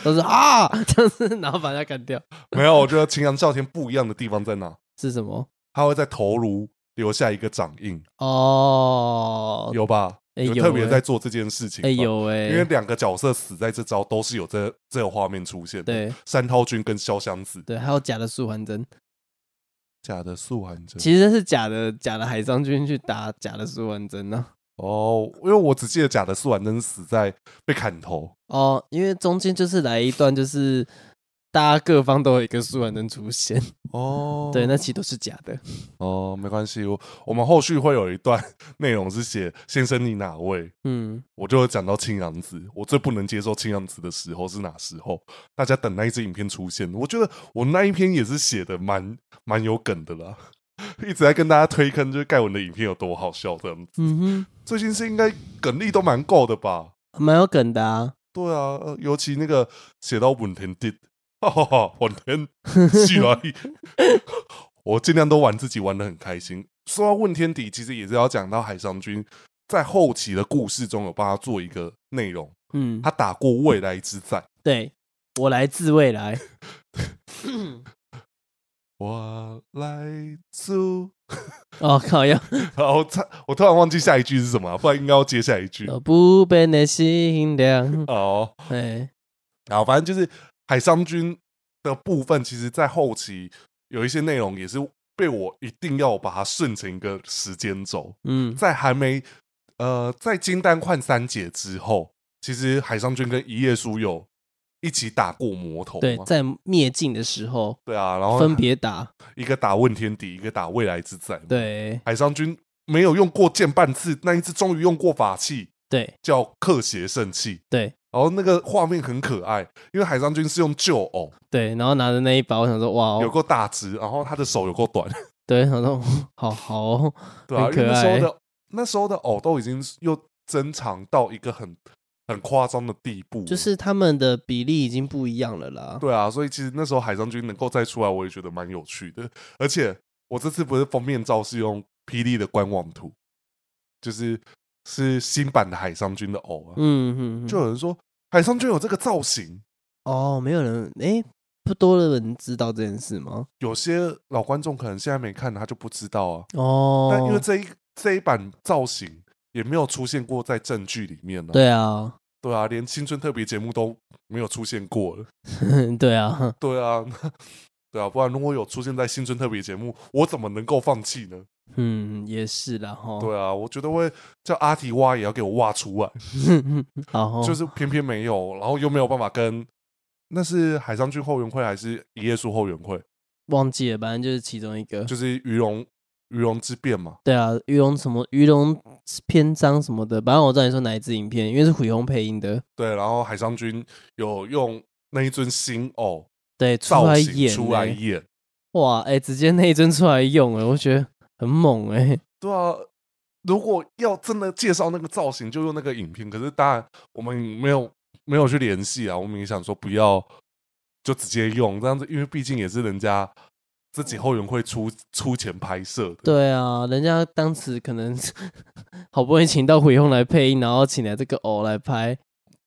都是啊，这样子，然后把他干掉，没有，我觉得晴阳啸天不一样的地方在哪？是什么？它会在头颅留下一个掌印，哦，有吧？哎有有特别哎在做这件事情吧。哎有哎、因为两个角色死在这招都是有这这个画面出现的。对山涛君跟潇湘子，对，还有假的素还真，假的素还真。其实是假的假的海上君去打假的素还真啊呢、哦，因为我只记得假的素还真死在被砍头。哦，因为中间就是来一段就是。大家各方都有一个素还真出现，哦对，那其实都是假的。哦，没关系，我我们后续会有一段 内容是写先生你哪位，嗯，我就会讲到青阳子。我最不能接受青阳子的时候是哪时候？大家等那一支影片出现，我觉得我那一篇也是写的蛮蛮有梗的啦， 一直在跟大家推坑，就是盖文的影片有多好笑这样子。嗯最近是应该梗力都蛮够的吧？哼，蛮有梗的啊。对啊，呃尤其那个写到稳天地，哈哈哈，稳天起来， 我尽量都玩自己玩的很开心。说到问天敌，其实也是要讲到海上君在后期的故事中有帮他做一个内容，嗯，他打过未来之战，对我来自未来。我来自，哦靠要，然后他我突然忘记下一句是什么啊、不然应该要接下一句要不变的心凉。哦。哎，然后反正就是海商君的部分，其实在后期有一些内容也是被我一定要把它顺成一个时间轴，嗯，在还没呃在金丹换三姐之后，其实海商君跟一页书有一起打过魔头对嘛，，在灭尽的时候对啊，然后分别打。一个打问天敌，一个打未来之战，， 对海商君没有用过剑半次，那一次终于用过法器对叫克邪圣器。对然后那个画面很可爱，因为海商君是用旧偶，对，然后拿着那一把，我想说哇有哦，够大只，然后他的手有够短， 对，想说 好好哦，对啊，很因为可那时候爱的那时候的偶都已经是又增长到一个很很夸张的地步了，就是他们的比例已经不一样了啦。对啊，所以其实那时候海上君能够再出来，我也觉得蛮有趣的。而且我这次不是封面照是用霹雳的官网图，就是是新版的海上君的偶啊，嗯嗯，就有人说海上君有这个造型，哦，没有人哎，不多的人知道这件事吗？有些老观众可能现在没看，他就不知道啊。哦，但因为这一这一版造型也没有出现过在正剧里面呢、对啊， 对啊，连青春特别节目都没有出现过了。对啊，对啊， 对啊，不然如果有出现在青春特别节目，我怎么能够放弃呢？嗯，也是啦哈。对啊，我觉得会叫阿提挖也要给我挖出来，然后就是偏偏没有，然后又没有办法跟。那是海上君后援会还是一页书后援会？忘记了，反正就是其中一个。就是鱼龙鱼龙之变嘛。对啊，鱼龙什么鱼龙篇章什么的，反正我知道你说哪一支影片，因为是毁红配音的，对，然后海上君有用那一尊新偶对，出造来型演、欸出来演，哇，哎、直接那一尊出来用哎、我觉得很猛哎、对啊，如果要真的介绍那个造型，就用那个影片。可是当然，我们没有没有去联系啊，我们也想说不要就直接用这样子，因为毕竟也是人家自己后援会出出钱拍摄的。对啊，人家当时可能 好不容易请到毁红来配音，然后请来这个偶来拍，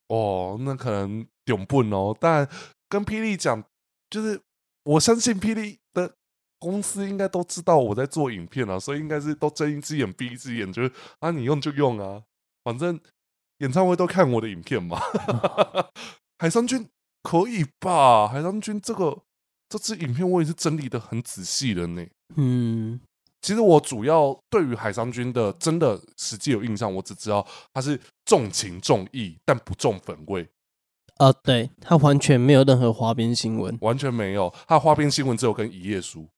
哦，那可能永不哦。但跟霹雳讲，就是我相信霹雳的。公司应该都知道我在做影片啊，所以应该是都睁一只眼闭一只眼，就是啊，你用就用啊，反正演唱会都看我的影片嘛。 海上君可以吧？海上君这个这支影片我也是整理的很仔细的呢。嗯，其实我主要对于海商君的真的实际有印象，我只知道他是重情重义，但不重粉味，呃，对他完全没有任何花边新闻，完全没有。他的花边新闻只有跟一页书，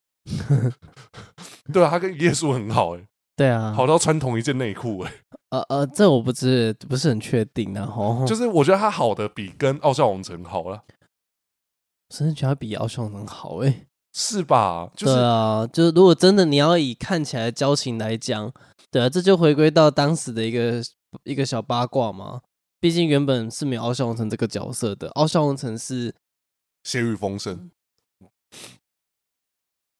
对啊，他跟一页书很好哎、对啊，好到穿同一件内裤哎，呃呃，这我不是不是很确定，啊然后就是我觉得他好的比跟傲笑王城好了，甚至觉得他比敖雄很好欸诶、是吧？就对是啊，就是如果真的你要以看起来的交情来讲，对啊，这就回归到当时的一个一个小八卦嘛。毕竟原本是没有傲笑王城这个角色的，傲笑王城是血雨风嗯声，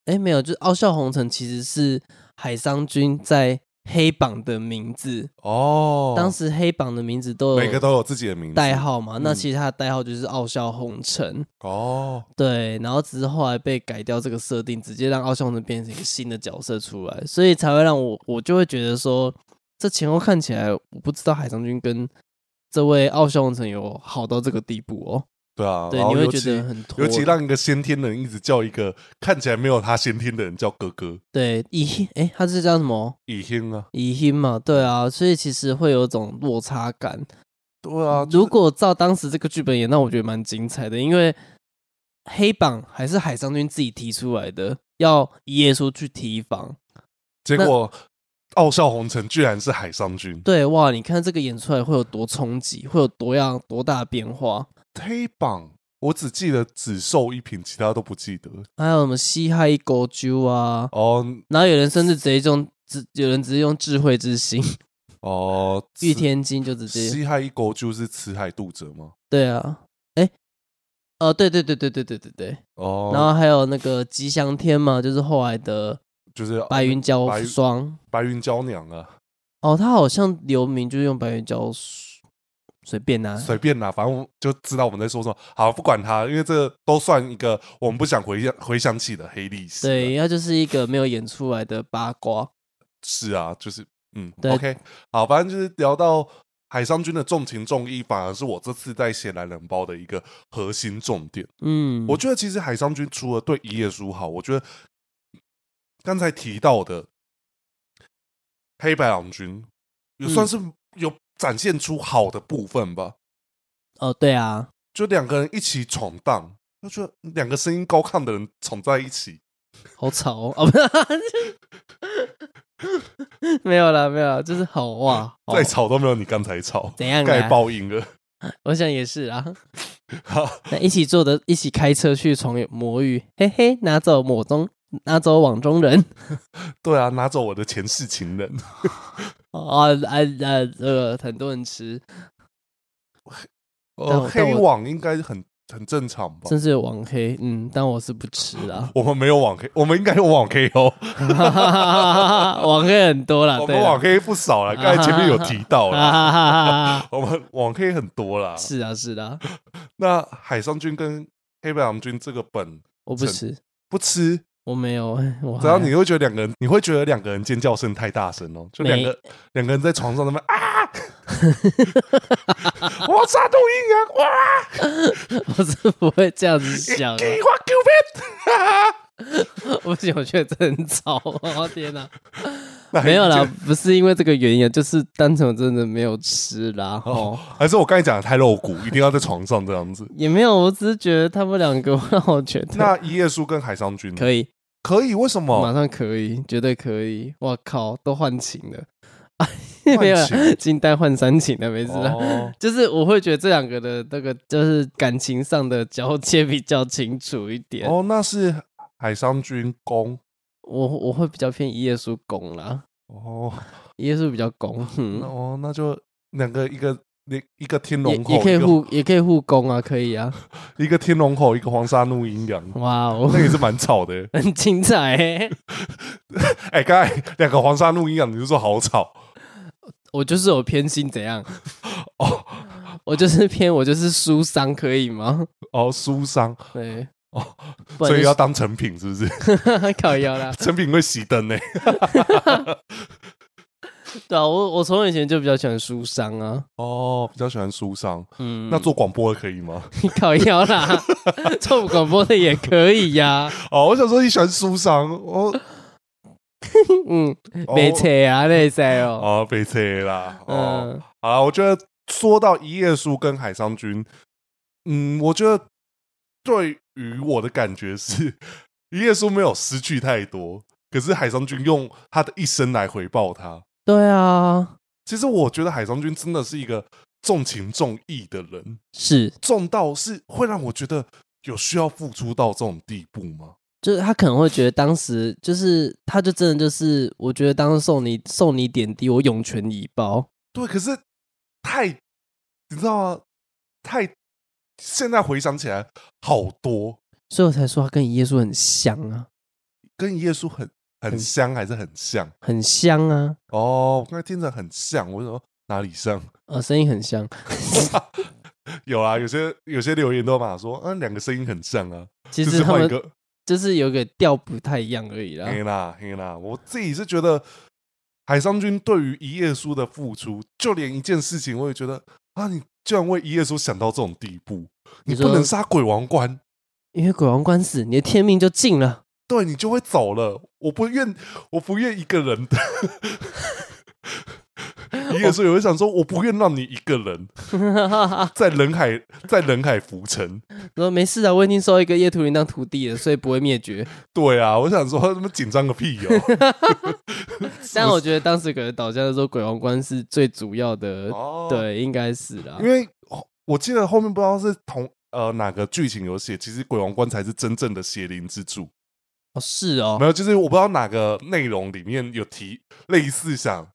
哎没有，就是傲笑红城其实是海商君在黑榜的名字，哦，当时黑榜的名字都有每个都有自己的名字代号嘛，那嗯其实他的代号就是傲笑红尘，哦，对，然后只是后来被改掉这个设定，直接让傲笑红尘变成一个新的角色出来，所以才会让我我就会觉得说，这前后看起来我不知道海上君跟这位傲笑红尘有好到这个地步哦，对啊，对，然后你会尤觉其得很拖尤，其让一个先天的人一直叫一个看起来没有他先天的人叫哥哥，对，以哎他是叫什么？以兴啊，以心嘛，对啊，所以其实会有种落差感。对啊，就是如果照当时这个剧本演，那我觉得蛮精彩的，因为黑榜还是海商君自己提出来的，要耶稣去提防。结果傲笑红尘居然是海上君，对哇，你看这个演出来会有多冲击，会有多样多大的变化，黑榜我只记得只售一瓶，其他都不记得。还有什么西嗨狗揪啊，哦然后有人甚至直接用直，有人直接用智慧之心哦，御天金就直接西海一狗就是辞海渡者吗？对啊，哎、呃，对对对对对对对对，哦，然后还有那个吉祥天嘛，就是后来的就是白云白交云霜。白云娇娘啊，哦，他好像留名就是用白云胶水随便啊拿、随便啦，反正我就知道我们在说什么。好，不管他，因为这都算一个我们不想回想回想起的黑历史。对，，他就是一个没有演出来的八卦。是啊，就是嗯对，OK，好，反正就是聊到海商君的重情重义，反而是我这次在写男人包的一个核心重点。嗯，我觉得其实海商君除了对一页书好，我觉得刚才提到的黑白郎君也嗯算是有展现出好的部分吧。哦，对啊，就两个人一起闯荡，就觉得两个声音高亢的人闯在一起，好吵哦，哦不 是，没有啦，没有啦，就是好哇，好再吵都没有你刚才吵，怎样盖哦啊？报应了。 我想也是啊，那一起坐的，一起开车去床有魔芋，嘿嘿，拿走抹中，拿走网中人。对啊，拿走我的前世情人。哦啊啊啊！呃，很多人吃，但呃，我黑网应该很很正常吧？甚至有网黑，嗯，但我是不吃啦。 我们没有网黑，我们应该有网黑哦，网黑很多啦，我啊对啊们啦网黑不少了。刚才前面有提 到啊了，哈哈哈哈我们网黑很多啦。 是啊是啊，那海上君跟黑白郎君这个本我不吃，不吃，我没有，我只要你会觉得两个人，你会觉得两个人尖叫声太大声哦，就两个两个人在床上那边 啊，我杀杜阴阳，哇， 我是不会这样子想啊的，给我 Q 我不行，我觉得这很吵， 我 天哪，片，没有啦，不是因为这个原因啊，就是单纯我真的没有吃啦，哦哦，，还是我刚才讲的太露骨，一定要在床上这 样子。也没有，我只是觉得他们两个让我觉得那哦一页书跟海商君可以，可以？为什马么？上可以，绝对可以，我靠，都换情了， 没有换啦情金丹换三情了，没事啦。哦，就是我会觉得这两个的那个就是感情上的交接比较清楚一点，哦，那是海商君攻我我会比较偏一页书攻啦，哦，一页书比较攻，那嗯、哦，那就两个一个一一个天也龙口，也可以一个互也可以互攻啊，可以啊，一个天龙口，一个黄沙怒阴阳，哇哦，那也是蛮吵的。 很精彩、 欸，哎，刚才两个黄沙怒阴阳，你就说好吵我就是有偏心怎样，哦 我就是偏我就是书商可以 吗？哦，书商，对，哦，不然所以就要当成品是不是？是 靠腰啦，成品会熄灯呢。对啊，我我从以前就比较喜欢书商啊，哦，比较喜欢书商，嗯，那做广播的可以吗？ 靠腰啦， 做广播的也可以呀、哦，我想说你喜欢书商，我嗯，哦没车啊，那塞哦，哦，被催啦。哦，嗯好了，我觉得说到一页书跟海商君，嗯，我觉得对于我的感觉是，一页书没有失去太多，可是海商君用他的一生来回报他。对啊，其实我觉得海商君真的是一个重情重义的人，是，重到是会让我觉得有需要付出到这种地步吗？就是他可能会觉得当时就是，他就真的就是，我觉得当时送你送你点滴，我涌泉以报。对，可是太，你知道吗？太，现在回想起来，好多所以我才说他跟耶稣很像啊，跟一页书很很像，还是很像很像啊，哦。我刚才听着很像，我说哪里像？ 呃，声音很像，有啊，有些有些留言都嘛说，嗯，两个声音很像啊，其就实是他换一们啊个哎就是有个调不太一样而已啦。黑啦黑啦。我自己是觉得海商君对于一页书的付出，就连一件事情，我也觉得啊，你居然为一页书想到这种地步，你你不说能杀鬼王关。因为鬼王官死，你的天命就尽了。 对你就会走了。我不愿，我不愿一个人的。 你也是有人想说，我不愿让你一个人在人海，在人海浮沉。说没事啊，我已经收一个夜图灵当徒弟了，所以不会 灭绝。对啊，我想说，他妈紧张个屁哦！但我觉得当时可能倒下的时候，鬼王官是最主要的，哦， 对，啊应该是啦因。为哦我记得后面不知道是同呃哪个剧情有写，其实鬼王关才是真正的邪灵之柱。哦，是哦没，有，就是我不知道哪个内容里面有提类似想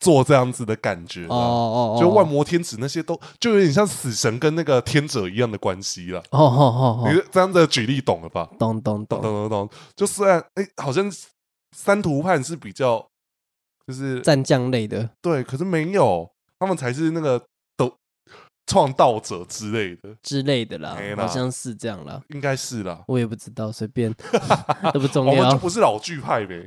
做这样子的感觉哦啦哦哦，就万魔天子那些都就有点像死神跟那个天者一样的关系了。哦 哦哦你哦，这样的举例懂了吧？懂懂懂懂，懂懂懂。就虽然哎、好像三图判是比较就是战将类的，对，可是没有，他们才是那个都创造者之类的，之类的啦没，啦好像是这样啦，应该是啦。我也不知道，随 便，都不重我们就要。不是老剧派呗。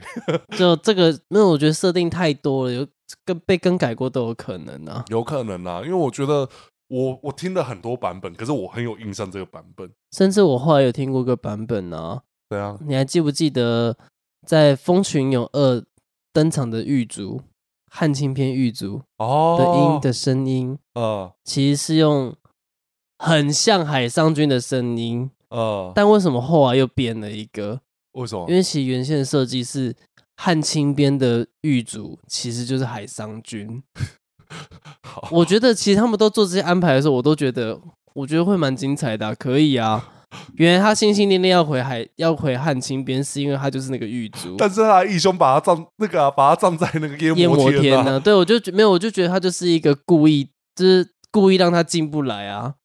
就这个，因为我觉得设定太多了，有跟被更改过都有可能啊。有可能啦，因为我觉得我我听了很多版本，可是我很有印象这个版本。甚至我后来有听过一个版本啊，对啊，你还记不记得在《风群有二》登场的狱卒汉青篇狱卒的音哦，的声音，呃其实是用很像海上君的声音，呃，但为什么后来又编了一个？为什么因？为其实原先的设计是汉青边的狱卒其实就是海商君。 好我觉得其实他们都做这些安排的时候，我都觉得我觉得会蛮精彩的啊、可以 啊。原来他心心念念要回海要回汉青边，是因为他就是那个狱卒。 但是他义兄把他葬那个啊、把他葬在那个夜夜魔魔天啊呐、呢、对我就觉没有，我就觉得他就是一个故意，就是故意让他进不来啊。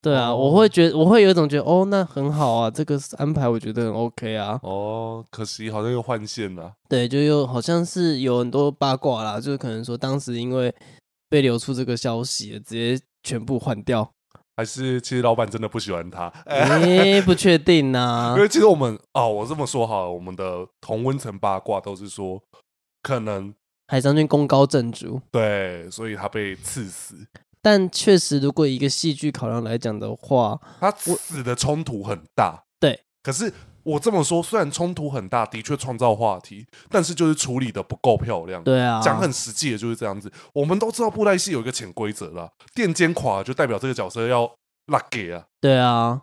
对啊，哦我会觉得我会有一种觉得哦，那很好啊，这个安排我觉得很 OK 啊。哦，可惜好像又换线了。对，就又好像是有很多八卦啦，就是可能说当时因为被流出这个消息了，直接全部换 掉。还是其实老板真的不喜欢 他，诶、不确定啊呐、因为其实我们哦，我这么说好了，我们的同温层八卦都是说，可能海商君功高震主，对，所以他被刺死，但确实如果以一个戏剧考量来讲的话，他死的冲突很大。对，可是我这么说，虽然冲突很大，的确创造话题，但是就是处理的不够漂亮。对啊，讲很实际的就是这样子。我们都知道布袋戏有一个潜规则啦，垫肩垮就代表这个角色要拉给啊。对啊，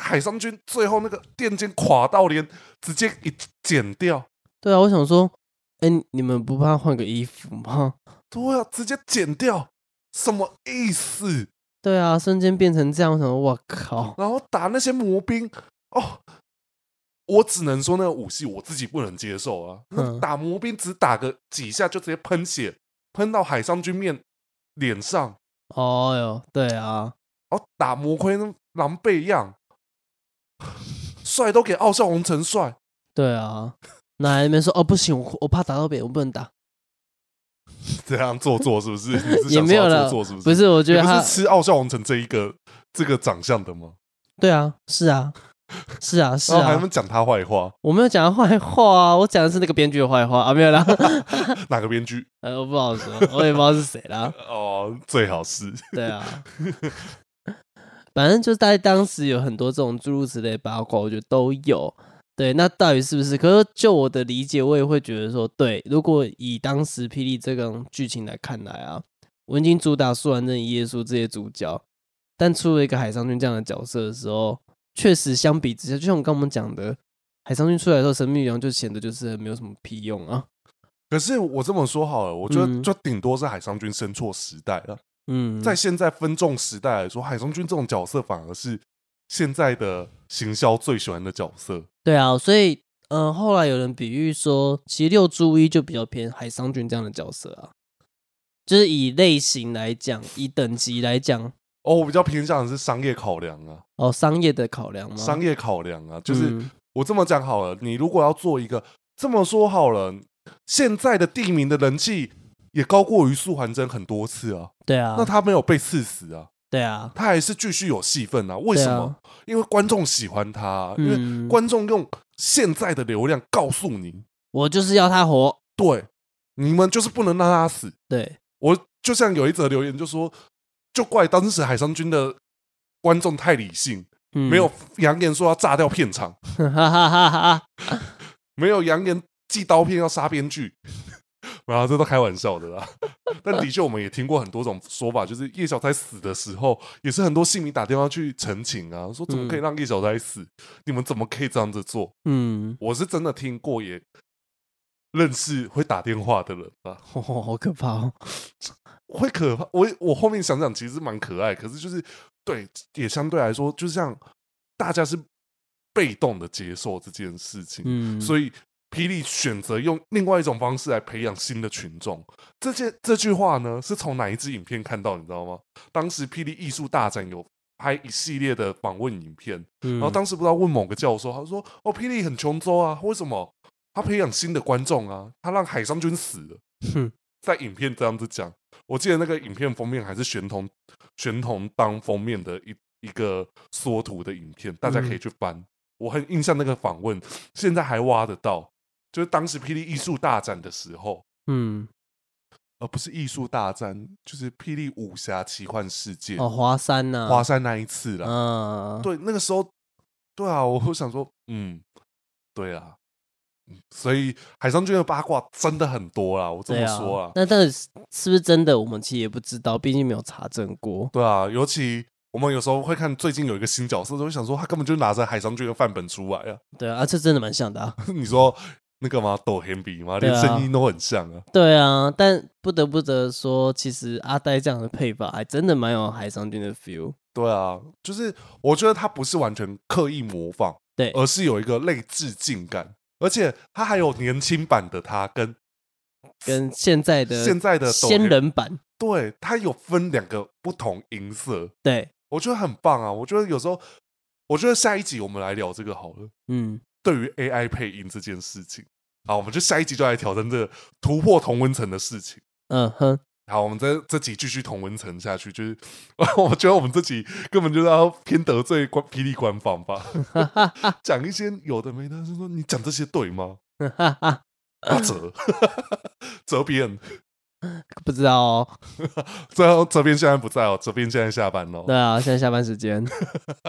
海商君最后那个垫肩垮到连直接一剪掉，对啊，我想说，哎、你们不怕换个衣服吗？对啊，直接剪掉，什么意思？对啊，瞬间变成这样，我想说，哇靠，然后打那些魔兵，哦，我只能说那个武戏我自己不能接受啊。那嗯打魔兵只打个几下就直接喷血，喷到海商君面脸上，哦哟，对啊，然后打魔盔那狼狈样，帅都给傲笑红尘帅，对 啊，那还在那边说，哦不行，我我怕打到别人，我不能打，这样做作是不 是？你是也想没有说了他做作是不是？不是，我觉你得不他是，吃傲笑红尘这一个这个长相的吗？对啊，是啊，是啊，是然后哦还啊能，讲他坏话，我没有讲他坏话啊，我讲的是那个编剧的坏话啊，没有啦， 哪个编剧？呃，我不好说，我也不知道是谁啦，哦，最好是 对啊，反正就在当时有很多这种诸如此类八卦，我觉得都有。对，那到底是不是？可是就我的理解，我也会觉得说，对，如果以当时《霹雳》这种剧情来看来啊，文经主打苏完正、耶稣这些主角，但出了一个海上君这样的角色的时候，确实相比之下，就像我刚我们讲的，海上君出来的时候，神秘女王就显得就是没有什么屁用啊。可是我这么说好了，我觉得嗯就顶多是海商君生错时代了。嗯，在现在分众时代来说，海商君这种角色反而是现在的行销最喜欢的角色。对啊，所以呃，后来有人比喻说，其实六猪一就比较偏海商君这样的角色啊，就是以类型来讲，以等级来讲，哦，我比较偏向的是商业考量啊，哦，商业的考量吗？商业考量啊，就是嗯我这么讲好了，你如果要做一个这么说好了，现在的地名的人气也高过于素还真很多次啊，对啊，那他没有被刺死啊，对啊，他还是继续有戏份啊，为对什啊么？因为观众喜欢他啊、因为嗯，观众用现在的流量告诉你，我就是要他活，对，你们就是不能让他死。对，我就像有一则留言就说，就怪当时海商军的观众太理性，嗯没有，扬言说要炸掉片场，哈哈哈哈，没有扬言寄刀片要杀编剧。 然后这都开玩笑的啦， 但的确我们也听过很多种说法，就是叶小钗死的时候，也是很多戏迷打电话去澄清啊，说怎么可以让叶小钗死？你们怎么可以这样子做？ 嗯，我是真的听过，也认识会打电话的人啊，哦，好可怕哦，会可怕。我我后面想想，其实蛮可爱，可是就是对，也相对来说，就像大家是被动的接受这件事情，嗯，以所以霹雳选择用另外一种方式来培养新的群众。这件这句话呢，是从哪一支影片看到？你知道吗？当时霹雳艺术大展有拍一系列的访问影片，然然后当时不知道问某个教授，他说：“哦，霹雳很穷州啊，为什么？他培养新的观众啊，他让海商军死了。”哼在影片这样子讲，我记得那个影片封面还是玄同玄同当封面的一一个缩图的影片，大家嗯可以去翻。我很印象那个访问，现在还挖得到，就是当时霹雳艺术大展的时候，嗯，而不是艺术大战，就是霹雳武侠奇幻世界、哦，华山呐，华山那一次啦。啊，对，那个时候，对啊，我会想说，嗯，对啊，嗯所以海上君的八卦真的很多啦，我这对么啊说啊，那到底是是不是真的？我们其实也不知道，毕竟没有查证过。对啊，尤其我们有时候会看最近有一个新角色，就会想说他根本就拿着海上君的范本出来啊， 对啊，啊这真的蛮像的、啊。你说那个吗？抖黑笔吗？连对啊声音都很像啊，对啊，但不得不得说，其实阿呆这样的配法还真的蛮有海上君的 feel。对啊，就是我觉得他不是完全刻意模仿，对而是有一个类致敬感，而且他还有年轻版的他跟跟现在的现在的抖仙 M- 人版，对他有分两个不同音色。对，我觉得很棒啊！我觉得有时候，我觉得下一集我们来聊这个好了。嗯，对于 AI 配音这件事情，好，我们就下一集就来挑战这个突破同温层的事情。嗯哼，好，我们这这集继续同温层下去，就是我觉得我们这集根本就是要偏得罪官霹雳官方吧， 讲一些有的没的，就说你讲这些对吗？哈哈，打折， 责编，不知道哦。这责编现在不在哦，责编现在下班喽。对啊，现在下班时间，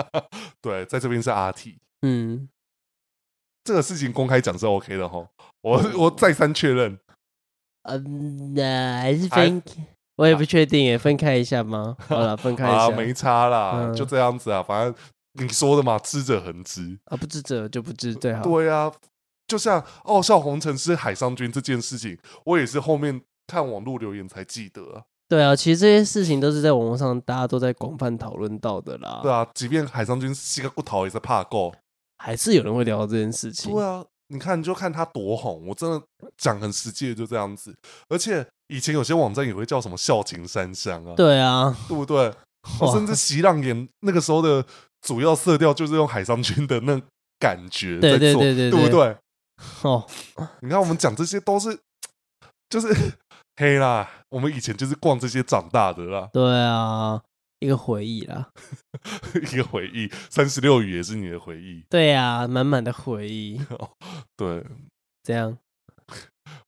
对，在这边是阿 T。嗯，这个事情公开讲是 OK 的哈。我我再三确认，呃，那还是分，我也不确定耶，分开一下吗？好了，分开一啊，下，没差啦，嗯就这样子啊，反正你说的嘛，知者恒知。啊，不知者就不知，最好，对啊，就像傲笑红尘是海上君这件事情，我也是后面看网络留言才记得啊、对啊，其实这些事情都是在网络上大家都在广泛讨论到的啦，对啊，即便海上君膝盖骨头也是怕够。还是有人会聊到这件事情，对啊，你看你就看他多红，我真的讲很实际的就这样子。而且以前有些网站也会叫什么孝情三香啊，对啊，对不 对？哇甚至席浪演那个时候的主要色调就是用海上君的那感觉在对做，对对对不对？哦，你看我们讲这些都是，就是黑啦，我们以前就是逛这些长大的啦， 对啊，一个回忆啦，一个回忆。三十六语也是你的回忆，对啊，满满的 回忆，对这样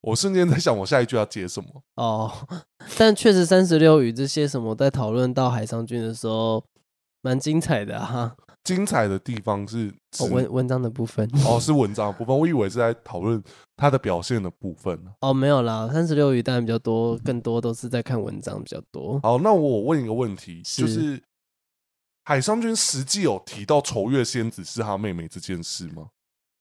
我瞬间在想我下一句要接什么。哦。 但确实，三十六与这些什么在讨论到海上君的时候，蛮精彩的啊。精彩的地方是哦指文文章的部分哦，是文章的部分，我以为是在讨论他的表现的部分。哦，没有啦，三十六语当然比较多，更多都是在看文章比较多。好，那我问一个问题，是就是海商君实际有提到仇月仙子是他妹妹这件事吗？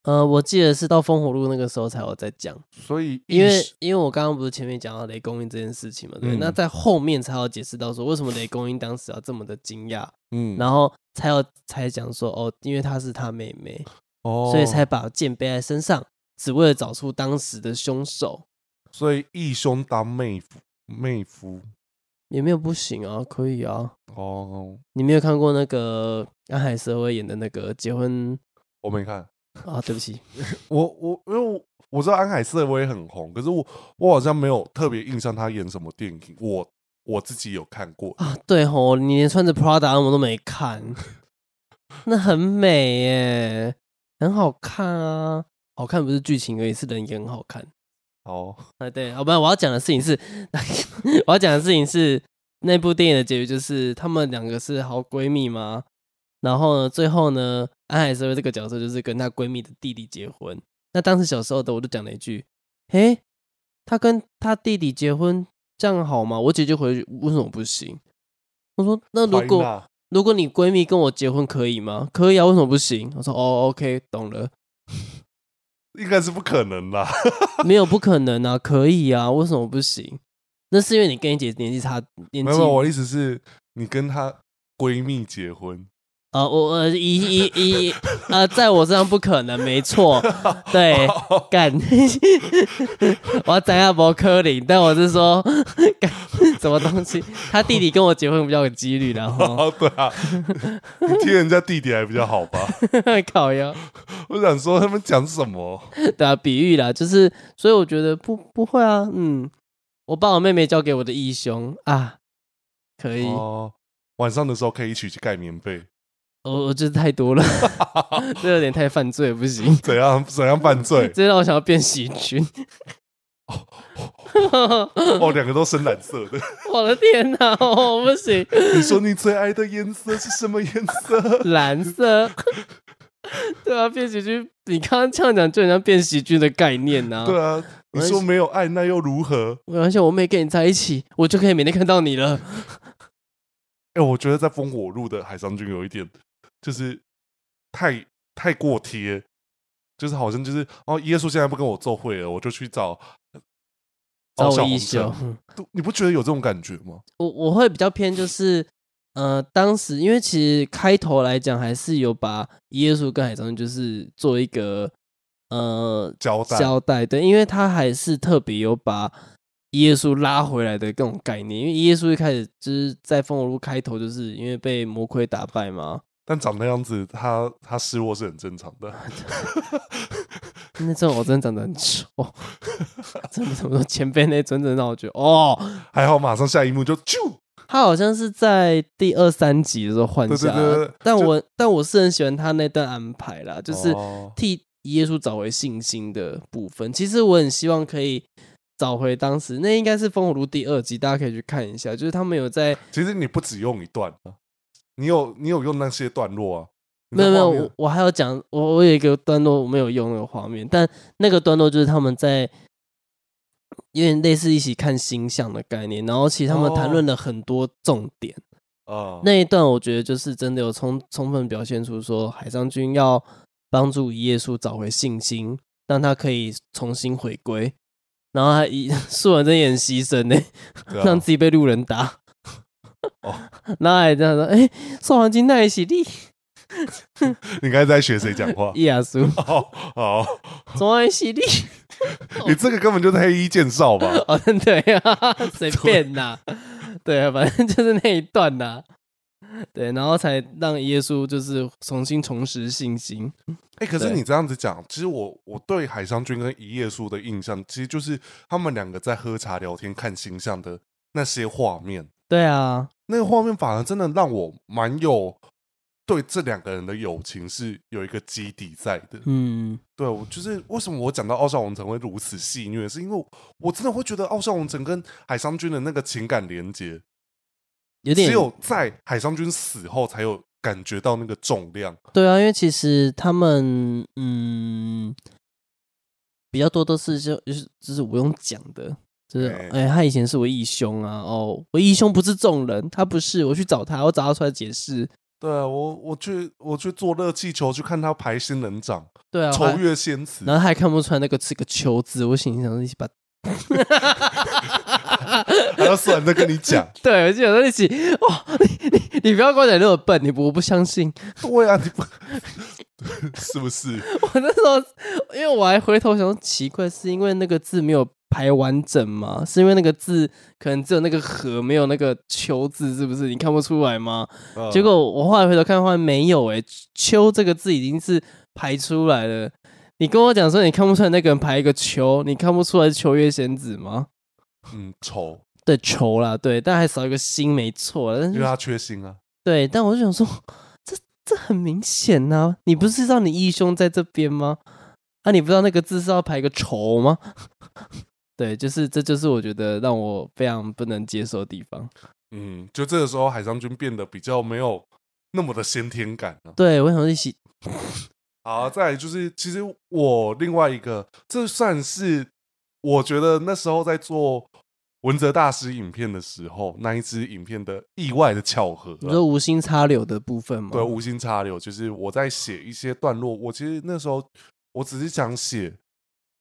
呃，我记得是到烽火路那个时候才有在讲，所以意因为识因为我刚刚不是前面讲到雷公英这件事情嘛，对不对，嗯那在后面才有解释到说为什么雷公英当时要这么的惊讶，嗯，然后才有才讲说哦，因为她是他妹妹，哦，所以才把剑背在身上，只为了找出当时的凶手，所以义兄当妹夫妹夫也没有不行啊，可以啊。哦，你没有看过那个安海瑟薇演的那个结婚我没看，啊？对 不起，我我因为我我知道安海瑟薇很红，可是我我好像没有特别印象她演什么电影，我我自己有看过，啊，对吼，你连穿着 Prada 我都没看， 那很美耶，很好看啊，好看不是剧情而已，是人也很好看哦，啊。对，好、不然我要讲的事情是， 我要讲的事情是那部电影的结局就是她们两个是好闺蜜嘛，然后呢，最后呢，安海瑟薇这个角色就是跟她闺蜜的弟弟结婚。那当时小时候的我就讲了一句，诶，她跟她弟弟结婚这样好吗？我姐姐回去为什么不行？我说那如果怀纳如果你闺蜜跟我结婚可以吗？可以啊，为什么不行？我说哦，OK，懂了，应该是不可能啦，没有不可能啊，可以啊，为什么不行？那是因为你跟你姐年纪差，年没纪有，没有我的意思是你跟她闺蜜结婚，呃，我呃一一一 呃，在我身上不可能，没错，对，哦干， 我要斩下博柯林，但我是说， 干什么东西？他弟弟跟我结婚比较有几率啦，然 后哦，对啊，你听人家弟弟还比较好吧？烤腰，我想说他们讲什么？对啊，比喻啦，就是，所以我觉得不不会啊，嗯，我把我妹妹交给我的义兄啊，可以，哦，晚上的时候可以一起去盖棉被，我我觉得哦太多了， 这有点太犯罪，不行，怎样怎样犯 罪？这让我想要变喜剧。 哦，两个都深蓝色的。我的天哪，我不行，你说你最爱的颜色是什么颜 色？蓝色。对啊，变喜剧，你刚刚这样讲就很像变喜剧的概念呐、对啊，你我也说是没有爱那又如何？没关系，我妹跟你在一起，我就可以每天看到你哦了。哎、我觉得在烽火路的海商君有一点，就是太太过贴，就是好像就是哦，耶稣现在不跟我做会了，我就去找哦找我一一休休。， 都你不觉得有这种感觉吗？我我会比较偏就是，呃，当时因为其实开头来讲还是有把耶稣跟海中就是做一个呃交代交代，对，因为他还是特别有把耶稣拉回来的这种概念，因为耶稣一开始就是在风火路开头就是因为被魔鬼打败嘛，但长那样子，他他失落是很正常 的。那阵我真的长得很丑， 真的怎么说前辈那真的让我觉得哦，还好，马上下一幕就啾，他好像是在第二三集的时候换对对下来，对对对但就我但我是很喜欢他那段安排啦，就是哦替耶稣找回信心的部分。其实我很希望可以找回当时那应该是《风火炉》第二集，大家可以去看一下，就是他们有在其实你不只用一段啊，你有你有用那些段落啊。你没的有没画有，面我我还要讲，我我有一个段落我没有用那个画面，但那个段落就是他们在有点类似一起看星象的概念，然后其实他哦们谈论了很多重点。啊，那一段我觉得就是真的有充充分表现出说海上君要帮助耶稣找回信心，让他可以重新回归。然后他一 素人真演牺牲呢、对啊让自己被路人打。哦，然后还这样说：“哎、宋黄金那一起立？你刚才在学谁讲话 耶稣，哦哦，宋安起立。你这个根本就是黑衣剑少吧？哦， 对啊， 随便啦，对啊，反正就是那一段呐、对，然后才让耶稣就是重新重拾信心。哎、可是对你这样子讲，其实我我对海商君跟一页书的印象，其实就是他们两个在喝茶聊天、看星象的那些画面，对啊，那个画面反而真的让我蛮有对这两个人的友情是有一个基底在的。嗯，对我就是为什么我讲到《傲笑王城》会如此戏谑，是因为我真的会觉得《傲笑王城》跟海商君的那个情感连接，有点只有在海商君死后才有感觉到那个重量。对啊，因为其实他们嗯比较多都是就就是就是我用讲的，就是哎哎、他以前是我义兄啊，哦，我义兄不是众人，他不是，我去找他，我找他出来解释，对啊，我我去我去坐热气球去看他排仙人掌，对啊，仇还月仙子，然后他还看不出来那个是个球字，我心里想说一起把。还要算在跟你讲。对，我记得一起哇！哦你你你不要跟我讲你那么笨，你不我不相信。对啊，你不 是不是？我那时候，因为我还回头想说，奇怪，是因为那个字没有排完整吗？是因为那个字可能只有那个和，没有那个秋字，是不是？你看不出来吗？呃结果我后来回头看，发现没有、欸，秋这个字已经是排出来了。你跟我讲说你看不出来那个人排一个秋，你看不出来是秋月仙子吗？嗯，丑，对，球啦，对，但还少一个心，没错啦，但因是为他缺心啊。对，但我就想说，这这很明显呐、你不是让你义兄在这边吗？啊，你不知道那个字是要排个仇吗？ 对，就是这就是我觉得让我非常不能接受的地方。嗯，就这个时候，海上君变得比较没有那么的先天感啊了、对，我想说一起，好，再来就是，其实我另外一个，这算是我觉得那时候在做文泽大师影片的时候，那一支影片的意外的巧合啊、你说无心插柳的部分吗？对，啊无心插柳，就是我在写一些段落。我其实那时候我只是想写，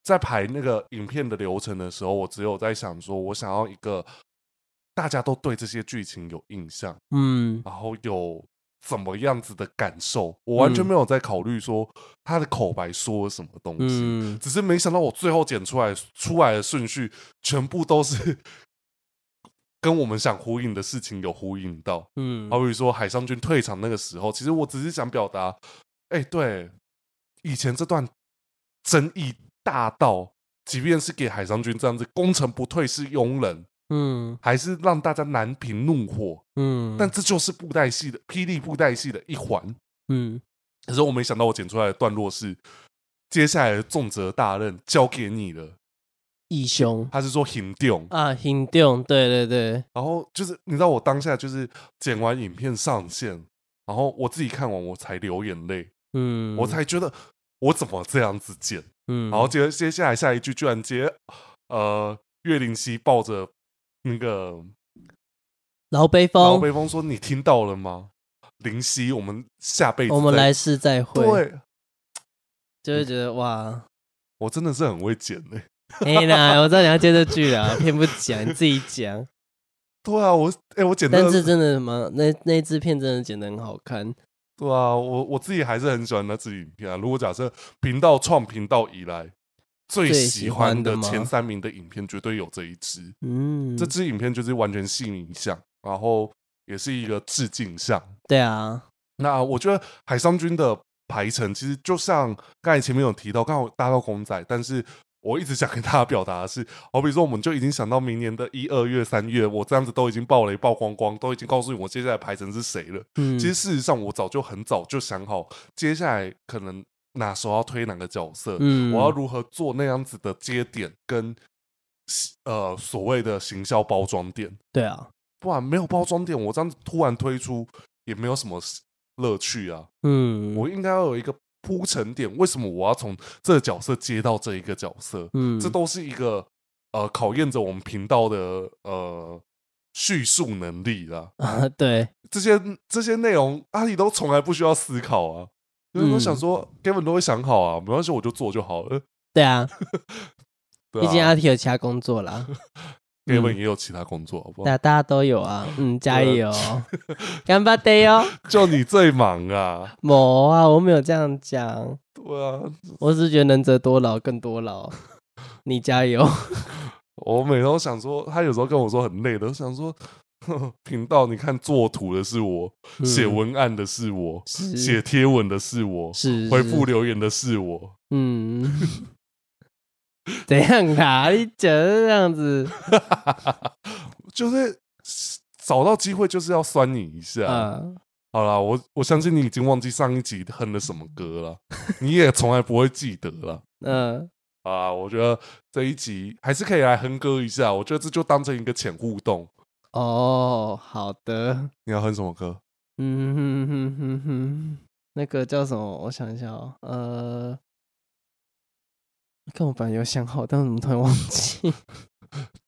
在排那个影片的流程的时候，我只有在想说，我想要一个大家都对这些剧情有印象，嗯，然后有怎么样子的感受。我完全嗯没有在考虑说他的口白说了什么东西，嗯，只是没想到我最后剪出来出来的顺序，全部都是 跟我们想呼应的事情有呼应到。嗯，好比说海上军退场那个时候，其实我只是想表达，哎、对，以前这段争议大到，即便是给海上军这样子攻城不退是庸人，嗯还是让大家难平怒火，嗯，但这就是布袋戏的霹雳布袋戏的一环。嗯可是我没想到我剪出来的段落是，接下来的重责大任交给你了。义兄他是说行动，啊，行动，对对对，然后就是你知道我当下就是剪完影片上线，然后我自己看完我才流眼泪。嗯，我，才觉得我怎么这样子剪？嗯，然后接接下来下一句居然接呃岳灵溪抱着那个老北老风，北风说：“你听到了吗？灵溪，我们下辈子我们再来世再会，对。”就会觉得哇，我真的是很会剪欸呢、 哎啦，我知道你要接这句 啦，偏不讲，你自己讲。对啊，我哎、我剪但的是真的蛮那那支片真的剪得很好看，对啊，我我自己还是很喜欢那支影片啊。如果假设频道创频道以来最最喜喜欢欢的的吗前三名的影片，绝对有这一支。嗯，这支影片就是完全性影像，然后也是一个致敬像。对啊，那我觉得海上军的排程其实就像刚才前面有提到，刚好搭到公仔，但是我一直想跟大家表达的是，好比说我们就已经想到明年的一二月、三月，我这样子都已经爆雷爆光光，都已经告诉你我接下来排程是谁了。嗯，其实事实上，我早就很早就想好，接下来可能哪时候要推哪个角色，嗯我要如何做那样子的接点跟呃所谓的行销包装点。对啊，不然没有包装店，我这样子突然推出也没有什么乐趣啊。嗯，我应该要有一个铺陈点，为什么我要从这个角色接到这一个角色？嗯，这都是一个呃考验着我们频道的呃叙述能力啦。啊对，这些这些内容，阿里都从来不需要思考啊。就是我嗯想说，Gavin 都会想好啊，没关系，我就做就好了。对啊，对毕竟啊阿 T 有其他工作啦， ，Gavin 嗯也有其他工作，好不好？大大家都有啊，嗯，加油， 干巴爹哟，就你最忙啊，某啊，我没有这样讲，对啊，我只是觉得能者多劳更多劳，你加油，我每都想说，他有时候跟我说很累的，我想说， 哼频道你看做图的是我，嗯写文案的是我，是写贴文的是我，是回是复留言的是我。 嗯， 怎样啦？你讲得这样子，就是找到机会就是要酸你一下。嗯，好啦，我我相信你已经忘记上一集哼了什么歌了，你也从来不会记得了。嗯，啊，我觉得这一集还是可以来哼歌一下，我觉得这就当成一个浅互动。哦，好的，你要哼什么歌？嗯哼哼哼哼，那个叫什么？我想一下哦，呃，看我本来有想好，但我怎么突然忘记？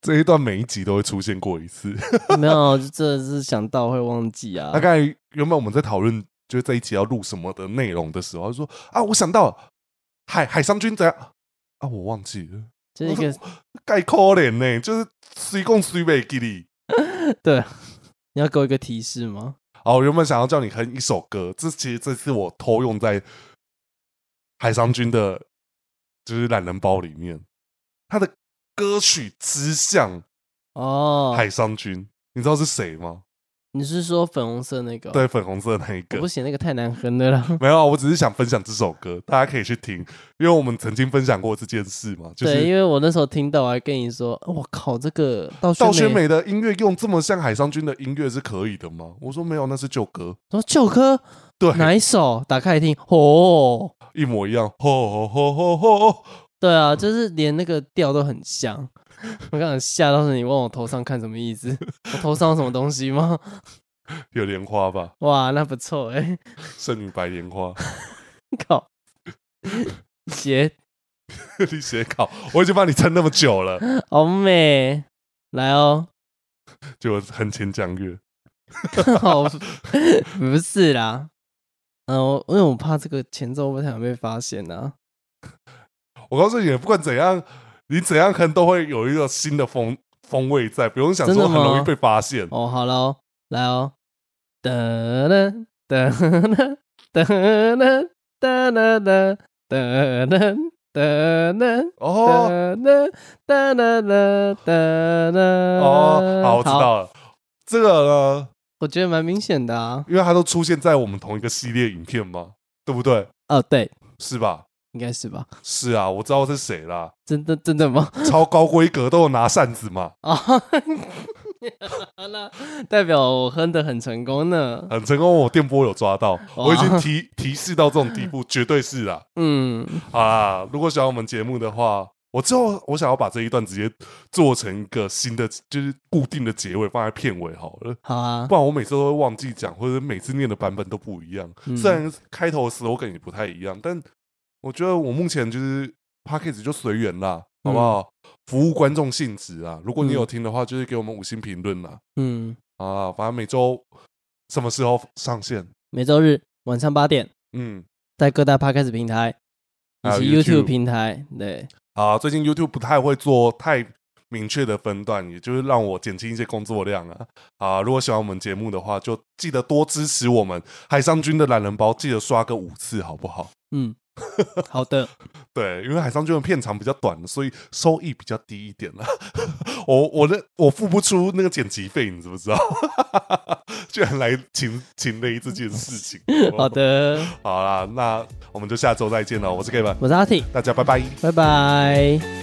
这一段每一集都会出现过一次。没有，啊 就真的是想到会忘记啊大。概原本我们在讨论就是这一集要录什么的内容的时候，他就说啊，我想到了海海商君怎样啊，我忘记了，就是一个盖可怜呢，就是随共随北给你。对啊，你要给我一个提示吗？哦，我原本想要叫你哼一首歌，这其实这是我偷用在海商君的，就是懒人包里面，他的歌曲之像哦，海商君，你知道是谁吗？你是说粉红色那个哦？对，粉红色的那一我个不。行，那个太难哼的了。没有啊，我只是想分享这首歌，大家可以去听，因为我们曾经分享过这件事嘛，就对，是因为我那时候听到，我还跟你说，哦我靠，这个道道宣宣，美的音乐用这么像海商君的音乐是可以的吗？我说没有，那是旧歌，说九科对，哪一首？打开来听，哦，一模一样，吼吼吼吼吼，对啊，就是连那个调都很像。我刚想吓到说你往我头上看什么意思？我头上有什么东西吗？有莲花吧，哇，那不错哎、剩女白莲花，靠，鞋你写稿，我已经帮你撑那么久了， 好美，来哦， 就很浅讲乐，好，不是啦，嗯、我因为我怕这个前奏不太想被发现啊。我告诉你，不管怎样，你怎样哼都会有一个新的风风味在，不用想真说的很吗容易被发现。哦，好了哦，来哦，哒啦哒啦哒啦哒啦哒哒啦哒啦。哦哒啦啦哒啦哦，好，我知道了。这个呢，我觉得蛮明显的啊。因为它都出现在我们同一个系列影片嘛，对不对？哦，对，是吧？应该是吧？是啊，我知道是谁啦，真的真的吗？超高规格都有拿扇子嘛， 啊，那代表我哼的很成功呢。很成功。我电波有抓到，哇我已经提提示到这种地步，绝对是啦。嗯，啊，如果喜欢我们节目的话，我之后我想要把这一段直接做成一个新的，就是固定的结尾放在片尾好了。好啊不，然我每次都会忘记讲，或者每次念的版本都不一样。嗯虽然开头的 slogan 也不太一样，但我觉得我目前就是 p a c k a g e 就随缘啦，好不好？服务观众性质啊，如果你有嗯听的话，就是给我们五星评论啦。嗯，啊，反正每周什么时候上线？每周日晚上八点，嗯，在各大 podcast 平台以还及有 YouTube YouTube 平台，对，啊，最近 YouTube 不太会做太明确的分段，也就是让我减轻一些工作量啊。啊，如果喜欢我们节目的话，就记得多支持我们海上君的懒人包，记得刷个五次，好不好？ 嗯，好的，对，因为海上君的片长比较短，所以收益比较低一点了。啊 我我的我付不出那个剪辑费，你知不知道？ 居然来请请勒这件事情。好，的，好啦，那我们就下周再见了。我是 Kevin，我是阿 T，大家拜拜。拜拜。